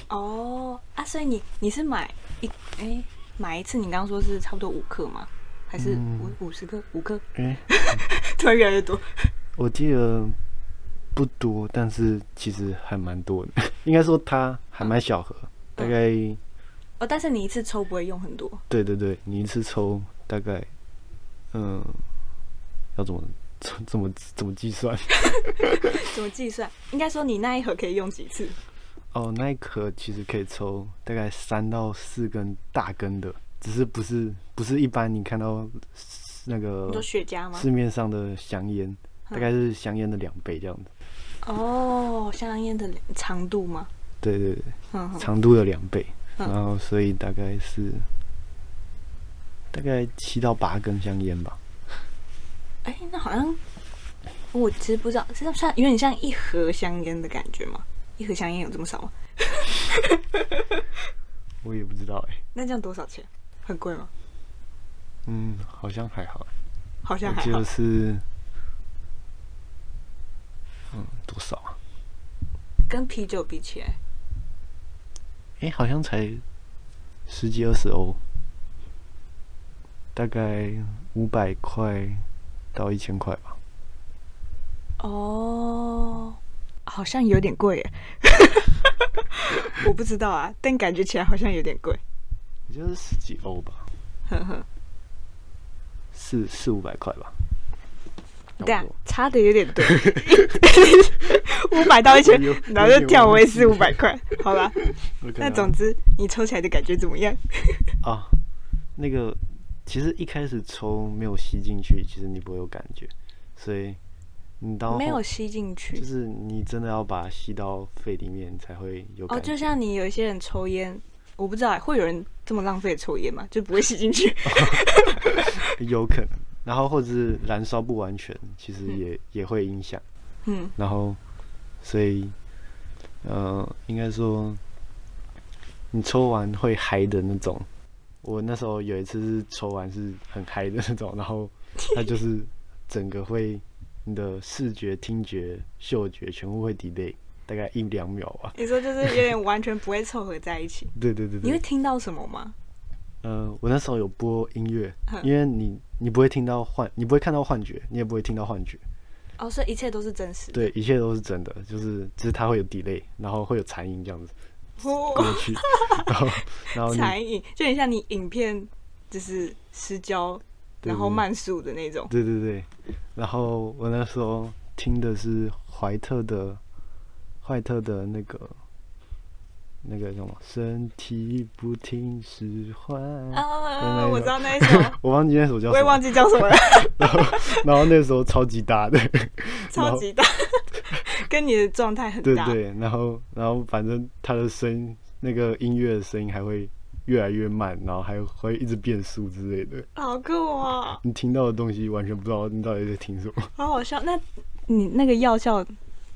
哦啊，所以你你是买一哎、买一次，你刚刚说是差不多五克吗？还是
嗯
五五十克？五克？
诶
突然越来越多。
我记得不多，但是其实还蛮多的， 应该说它还蛮小盒，大
嗯
概
哦，但是你一次抽不会用很多，
对对对，你一次抽大概，嗯，要怎么怎怎么怎么计算？
怎么计算？啊应该说你那一盒可以用几次？
哦，那一颗其实可以抽大概三到四根大根的，只是不是不是一般你看到那
你说
个
雪茄吗？嗯
市面上的香烟，大概是香烟的两倍这样子。
哦，香烟的长度吗？
对对对，
嗯哼，
长度的两倍，
嗯
然后所以大概是大概七到八根香烟吧。
哎、那好像我其实不知道，是算有点像一盒香烟的感觉吗？一盒香烟有这么少吗？
我也不知道哎、
那这样多少钱？很贵吗？
嗯，好像还好。欸
好像
我
还
记
好
得。是，嗯，多少啊？
跟啤酒比起来，
哎、好像才十几二十欧，大概五百块到一千块吧。
哦，好像有点贵耶。 我不知道啊，但感觉起来好像有点贵。
也就是十几欧吧，
呵呵，
四四五百块吧。差不
对啊
多，
差的有点 多，五百到一千
哎呦，
然后就跳为四五百块。好啦，
我可
那
能
总之你抽起来的感觉怎么样？
啊，那个其实一开始抽没有吸进去，其实你不会有感觉，所以你到
没
后
有吸进去
就。是你真的要把它吸到肺里面才会有
哦，
感觉。
就像你有一些人抽烟，我不知道会有人这么浪费抽烟吗？就不会吸进去。
有可能，然后或者是燃烧不完全，其实
嗯
也、也会影响。
嗯，
然后，所以，呃，应该说，你抽完会嗨的那种。我那时候有一次是抽完是很嗨的那种，然后它就是整个会你的视觉、听觉、嗅觉全部会 delay，大概一两秒吧。
你说就是有点完全不会凑合在一起。
对对对
你会
对，
听到什么吗？
呃，我那时候有播音乐，
嗯
因为你你不会听到幻，你不会看到幻觉，你也不会听到幻觉。
哦，所以一切都是真实的。
对，一切都是真的，就是只是它会有 delay，然后会有残音这样子过
哦，
去，然后然后你
残影就很像你影片，就是失焦
对
然后
对
慢速的那种。
对对对，然后我那时候听的是怀特的，怀特的那个那个什么，身体不听使唤，
啊，
对
我知道 那一首，
我忘记那首叫
我
什
也
么
忘，记叫什 么了，
然后那时候超级搭的，
超级大，跟你的状态很
对
搭。
对，然后然后反正他的声音，那个音乐的声音还会越来越慢，然后还会一直变速之类的，
好酷啊，
你听到的东西完全不知道你到底在听什么。
好好笑。那你那个药效，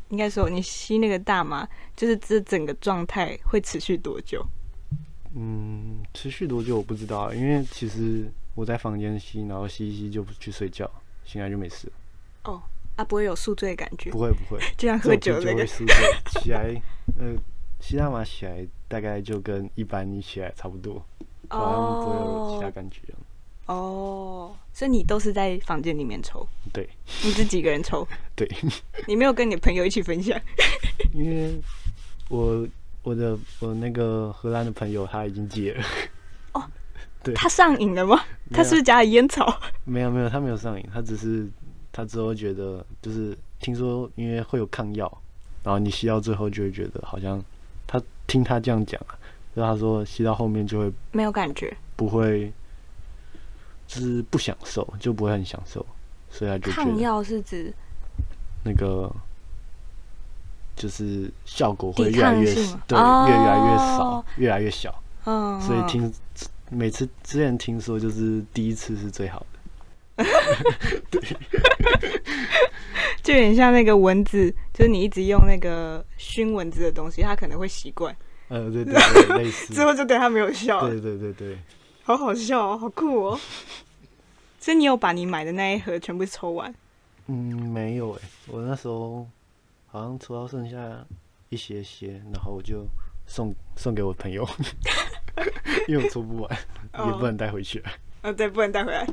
应该说你吸那个大麻，就是这整个状态会持续多久？
嗯，持续多久我不知道，因为其实我在房间吸，然后吸一吸就去睡觉，醒来就没事了，
啊，不会有宿醉的感觉
不，会不会，
就像喝
这
酒
种
那
就
个
会。宿醉，起来呃吸大麻起来大概就跟一般你起来差不多，好像不会有其他
哦
感觉。
哦，所以你都是在房间里面抽，
对
你自己一个人抽，
对，
你没有跟你朋友一起分享。
因为我我的我那个荷兰的朋友他已经戒了，哦 对
他上瘾了吗？
没
他是
有
不是加了烟草？
没有没有他没有上瘾，他只是他之后觉得就是听说因为会有抗药，然后你吸到最后就会觉得好像他听他这样讲啊，就是他说吸到后面就会
没有感觉，
不会，就是不享受，就不会很享受，所以他就觉
抗
得
药是指
那个就是效果会
抵
越来
抗
越
性吗
对，越来越
哦
少，越来越小，
嗯，
所以听每次之前听说就是第一次是最好的，
就有点像那个蚊子，就是你一直用那个熏蚊子的东西，它可能会习惯，
呃，对对 对，类似，
之后就对它没有效了，
对对对对。
好好笑哦，好酷哦。 所以你有把你买的那一盒全部抽完，
嗯，没有诶、我那时候好像抽到剩下一些些，然后我就送送给我朋友， 因为我抽不完，也不能带回去。
呃，对，不能带回 来，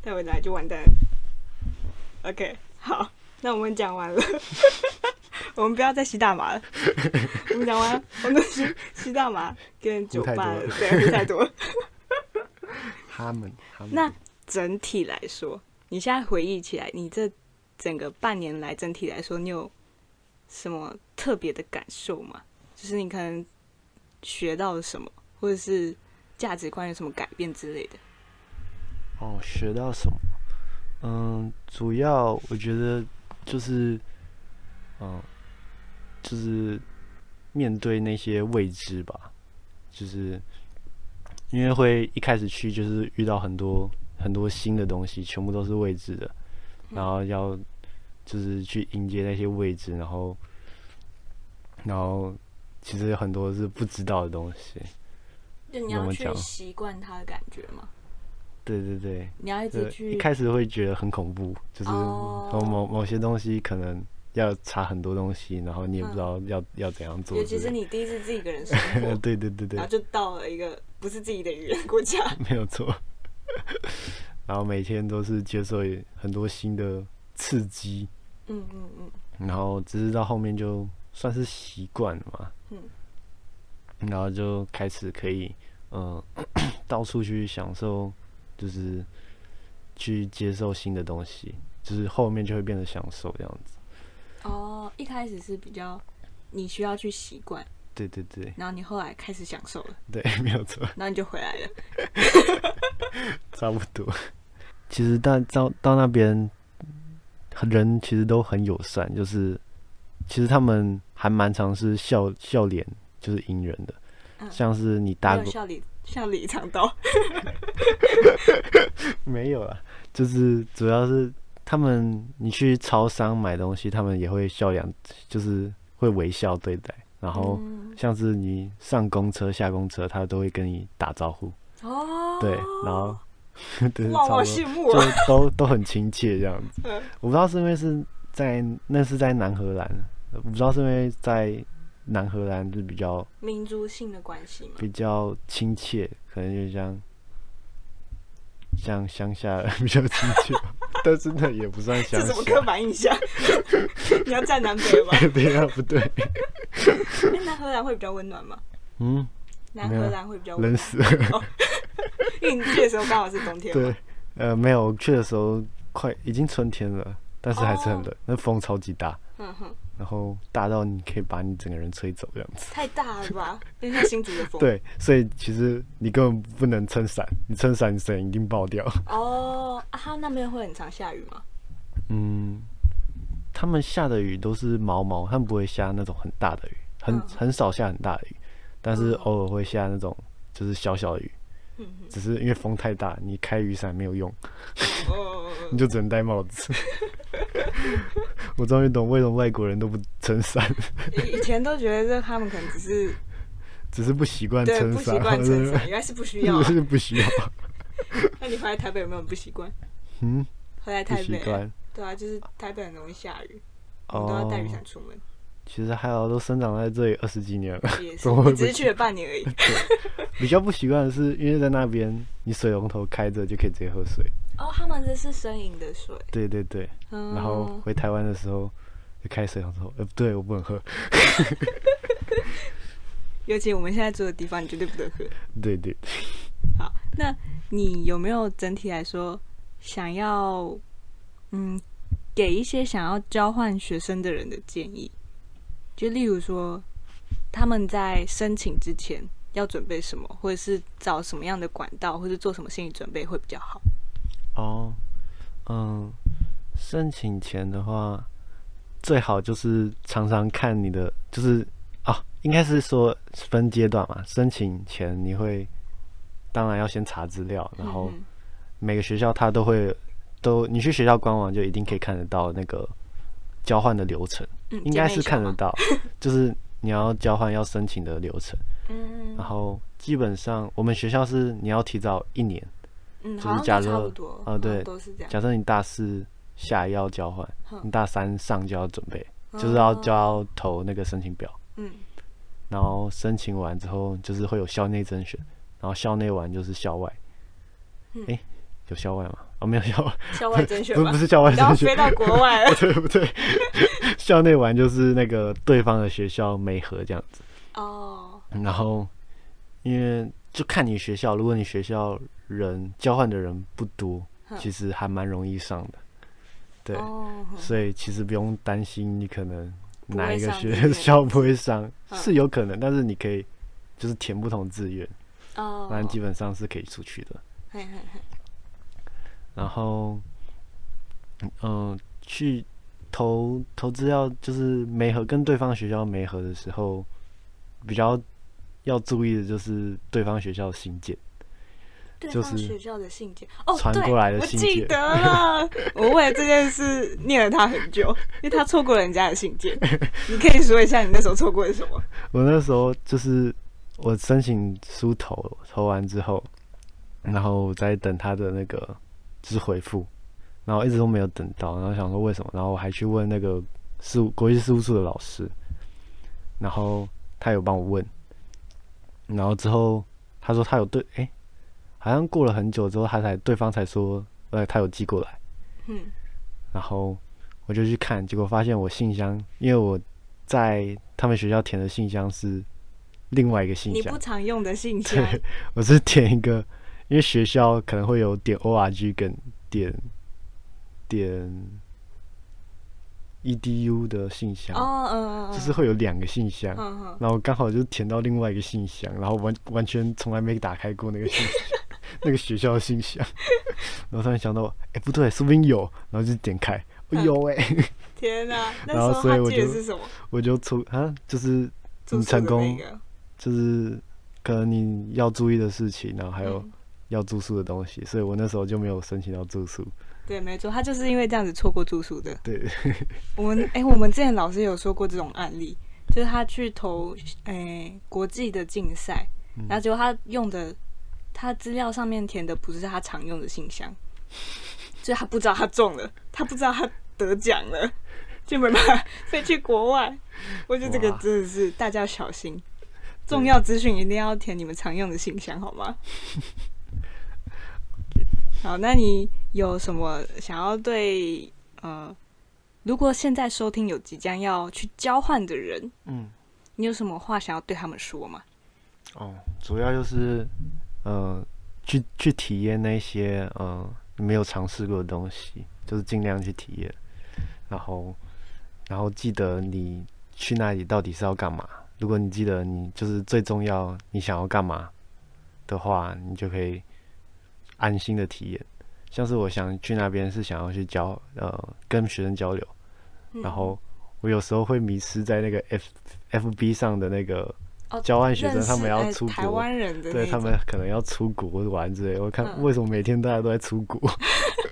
带回来就完蛋了。OK，好，那我们讲 完了，我们不要再吸大麻了。我们讲完了，我们都吸吸大麻跟酒吧了
太多了
对，喝太多了。
他们，他们
那整体来说，你现在回忆起来，你这整个半年来整体来说，你有什么特别的感受吗？就是你可能学到了什么，或者是价值观有什么改变之类的？
哦，学到什么？嗯，主要我觉得就是，嗯，就是面对那些未知吧，就是因为会一开始去就是遇到很多很多新的东西，全部都是未知的，然后要就是去迎接那些未知，然后然后其实有很多是不知道的东西，
就
你要去
习惯它的感觉嘛，
对对对，
你要一
对，一开始会觉得很恐怖，就是
哦
某某某些东西可能要查很多东西，然后你也不
嗯
知道要、要怎样做之类的。
你第一次自己一个人生
对对对对，
就到了一个不是自己的语言国 家，
没有错。然后每天都是接受很多新的刺激，
嗯嗯嗯，
然后只是到后面就算是习惯了嘛，嗯，然后就开始可以嗯、呃 到处去享受，就是去接受新的东西，就是后面就会变得享受这样子。
哦，一开始是比较你需要去习惯，
对对对
然后你后来开始享受了。
对，没有错，
然后你就回来了。
差不多。其实到到到那边，人其实都很友善，就是其实他们还蛮常是笑笑脸，就是迎人的。
嗯
像是你搭
没有
过
笑里笑里藏刀，
没有啊？就是主要是他们，你去超商买东西，他们也会笑脸，就是会微笑对待。然后
嗯
像是你上公车、下公车，他都会跟你打招呼。
哦，
对，然后 对，
哇，我好
差不多
羡慕
就
啊！
都都很亲切这样子。
嗯
我不知道是因为是在那是在南荷兰，我不知道是因为在南荷兰是比较
民族性的关系嘛，
比较亲切，可能就像像乡下人比较亲切 吧，但是那也不算乡
这什么
下
刻。板印象？ 你要站南北 吧？
对啊，不对，
哎南荷兰会比较温暖吗？
嗯，
南荷兰会比较温
啊冷
暖，
死了，
因为你去的时候刚好是冬天嘛
对。呃，没有，我去的时候快已经春天了，但是还是
哦
很冷，那风超级大，
嗯哼，
然后大到你可以把你整个人吹走这样子。
太大了 吧？有点像新竹的风。，
对，所以其实你根本不能撑伞，你撑伞你伞一定爆掉。
哦，啊，他那边会很常下雨吗？
嗯，他们下的雨都是毛毛，他们不会下那种很大的雨，很
嗯
很少下很大的雨，但是
嗯
偶尔会下那种就是小小的雨，
嗯哼，
只是因为风太大，你开雨伞没有用，
嗯
嗯
哦，
你就只能戴帽子。 我终于懂为什么外国人都不撑伞，
嗯以以前都觉得这他们可能只是
只是不习惯
对
撑
不习
伞，
惯撑 伞，原来是不需要
就
啊。
是不需要，
那你回来台北有没有不习惯？
嗯，
回来
不
台
习
北，
惯。
对啊，就是台北很容易下雨，我们都要
哦
带，雨伞出门。
其实还好，都生长在这里二十几年了，
也是，
怎么会
你只
不
是去了半年而已。
比较不习惯的是，因为在那边你水龙头开着就可以直接喝水。
哦，他们这是生饮的水，
对对对，
嗯，
然后回台湾的时候就开水龙头，呃，不对，我不能喝。
尤其我们现在住的地方，你绝对不得喝。
对对，对
好，那你有没有整体来说想要嗯给一些想要交换学生的人的建议？就例如说，他们在申请之前要准备什么，或者是找什么样的管道，或者做什么心理准备会比较好？
哦，嗯，申请前的话，最好就是常常看你的，就是啊，应该是说分阶段嘛。申请前你会，当然要先查资料，然后
嗯
每个学校它都会都，你去学校官网就一定可以看得到那个交换的流程，
嗯
应该是看得，
姐妹
到，就是你要交换要申请的流
校
程。
吗嗯，
然后基本上我们学校是你要提早一年，
嗯，
是
好像
假
都差
设
不多
啊
好像
对
都是这样，
假设你大四下要交换，
嗯
你大三上就要准备，就是要就
哦，
要投那个申请表，
嗯，
然后申请完之后就是会有校内甄选，然后校内完就是校外
嗯。
诶，有校外吗？哦，没有校外，
校外甄选
不
吧
不，是校外
然
甄
后
选
飞，到国 外了
不。对不对，校内完就是那个对方的学校没合这样子，
哦，
然后因为就看你学校，如果你学校人交换的人不多，
嗯
其实还蛮容易上的。对，
哦，
所以其实不用担心你可能
不
哪
会
一个
上这
学
件
校不会上，
嗯
是有可能，但是你可以就是填不同志愿，
哦，
不然基本上是可以出去的。
嘿嘿嘿
然后，嗯，去投投资要就是没和跟对方学校没合的时候，比较要注意的就是对方学校的信件。
对
就
方
是
学校的信件哦，
传
对
过来的信
我记
件
得 了。我为了这件事念了他很久，因为他错过了人家的信件。你可以说一下你那时候错过了什 么？
我那时候就是我申请书投投完之后，然后我在等他的那个就是回复，然后一直都没有等到，然后想说为什么，然后我还去问那个事务国际事务处的老师，然后他有帮我问，然后之后他说他有对，诶，好像过了很久之后，他才对方才说，呃，他有寄过来。
嗯，
然后我就去看，结果发现我信箱，因为我在他们学校填的信箱是另外一个信
你
箱
不，常用的信箱，
对，我是填一个，因为学校可能会有点 org 跟点点 edu 的信箱，
哦，嗯嗯，嗯
就是会有两个信箱。
嗯嗯，
然后刚好就填到另外一个信箱，然后完完全从来没打开过那个 信那个学校的信箱， 然后突然想到，哎、不对，说不定有，然后就点开，哦
嗯
有哎、
天哪！那时
然后
候
所以
他
我
寄的
就是
什么？
我就出啊，就是
住宿
你成
的
功
那个
就是可能你要注意的事情，然后还有
嗯
要住宿的东西，所以我那时候就没有申请到住宿。
对，没错，他就是因为这样子错过住宿的。
对，
我们哎、我们之前老师有说过这种案例，就是他去投哎、国际的竞赛，
嗯
然后结果他用的他资料上面填的不是他常用的信箱，所以他不知道他中了，他不知道他得奖了，就没办法飞去国外。我觉得这个
哇
真的是大家要小心，重要资讯一定要填你们常用的信箱，好 吗？好，那你有什么想要对呃，如果现在收听有即将要去交换的人，
嗯，
你有什么话想要对他们说吗？
哦，主要就是呃，去去体验那些呃，没有尝试过的东西，就是尽量去体验。然后，然后记得你去那里到底是要干嘛。如果你记得你就是最重要，你想要干嘛的话，你就可以安心的体验。像是我想去那边是想要去交呃跟学生交流，
嗯
然后我有时候会迷失在那个 F F B 上的那个
哦
交换学生
认识
他们要
哎
出
台
国
湾人的
对
那
他
种
们可能要出国玩之类，我看
嗯
为什么每天大家都在出国，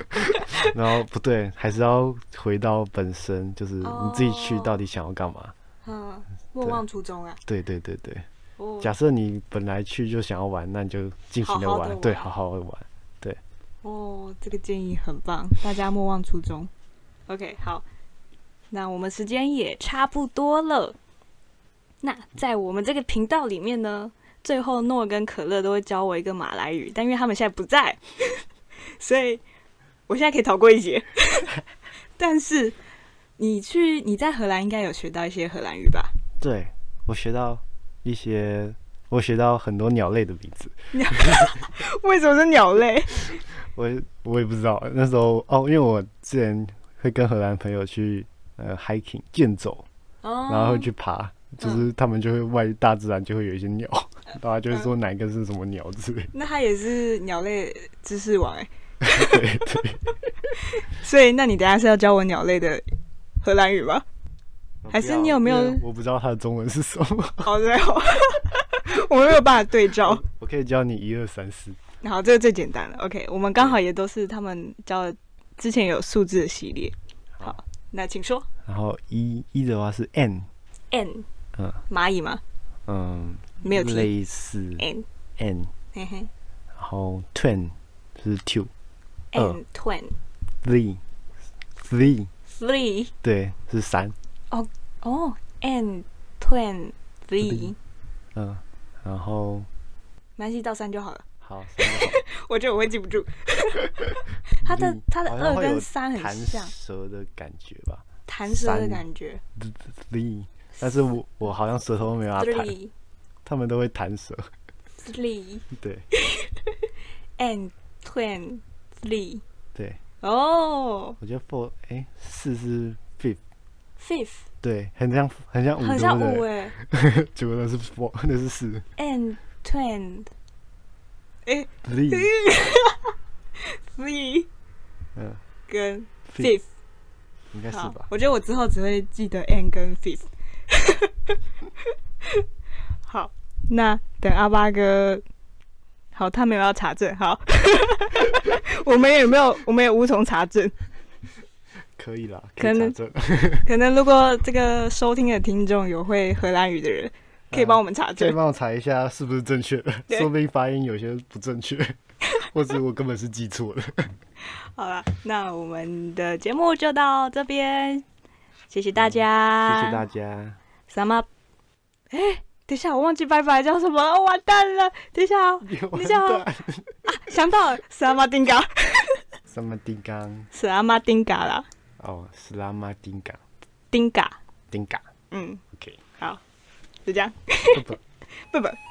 然后不对，还是要回到本身，就是你自己去
哦
到底想要干嘛？
嗯，莫
对
忘初衷啊，
对对对对，
哦
假设你本来去就想要玩，那你就尽情的
好好
玩，
地
对，
玩
好好的玩。
哦，这个建议很棒，大家莫忘初衷。OK，好，
那我们时间也差不多了。那在我们这个频道里面呢，最后诺跟可乐都会教我一个马来语，但因为他们现在不在， 所以我现在可以逃过一 劫。
但是你去你在荷兰应该有学到一些荷兰语吧？
对我学到一些，我学到很多鸟类的名字，
为什么是鸟类？
我也我也不知道那时候哦，因为我之前会跟荷兰朋友去呃 hiking 健走，
哦
然后会去爬，就是他们就会外大自然就会有一些鸟， 然后他就会说哪一个是什么鸟之类的。
那他也是鸟类知识王哎、
对对，
所以那你等一下是要教我鸟类的荷兰语吗？还是你有没有
因为我不知道它的中文是什么，
好的，好 我们没有办法对照。
我可以教你一二三四。
好，这个最简单了。OK，我们刚好也都是他们教的，之前有数字的系列。好，那请说。
然后一一的话是 n，
N，
嗯
蚂蚁吗？
嗯，
没有 T。
类似
N，
n，
嘿嘿
然后 twin 是 two
，N twin
three three
three。
对是三，
哦，N twin three，
嗯，然后
没关系，到三就好了。
好，三个好
我觉得我会记不住。它的
力
它的
嗯好像
二
会有
跟三
弹
很像，
舌的感觉吧
弹舌的
三
感觉。
three，但是我我好像舌头没有要弹，
Three
他们都会弹舌，
three
对
N twin three。
对，
哦
我觉得 four 哎、四是 fifth，
，fifth
对，很像很 像五，
很像
对
五
不
哎。
对？结果那是 four，那是四
and twin
three，
three
嗯
跟
fifth
fifth，
应该是
好
吧，？
我觉得我之后只会记得 and 跟 fifth。好，那等阿巴哥，好，他没有要查证，好， 我们也没有，我们也无从查证。
可以啦，
可
以查
能
证，
可能如果这个收听的听众有会荷兰语的人，可以帮我
们，
们查
可以
证。
帮我查一下是不是正确的，
对
说不定发音有些不正确，或者我根本是记错了。
好了，那我们的节目就到这边，谢谢大家，
谢谢大家，
什么？哎，等一下，我忘记拜拜叫什么了，哦完蛋了！等一下 哦，
完
这样
蛋，
想到了，是阿妈丁嘎，
什么丁刚？
是阿妈丁嘎啦，
哦，是拉玛丁嘎，
丁嘎，
丁嘎
嗯，
，OK，
就这样，
不不。
拜拜。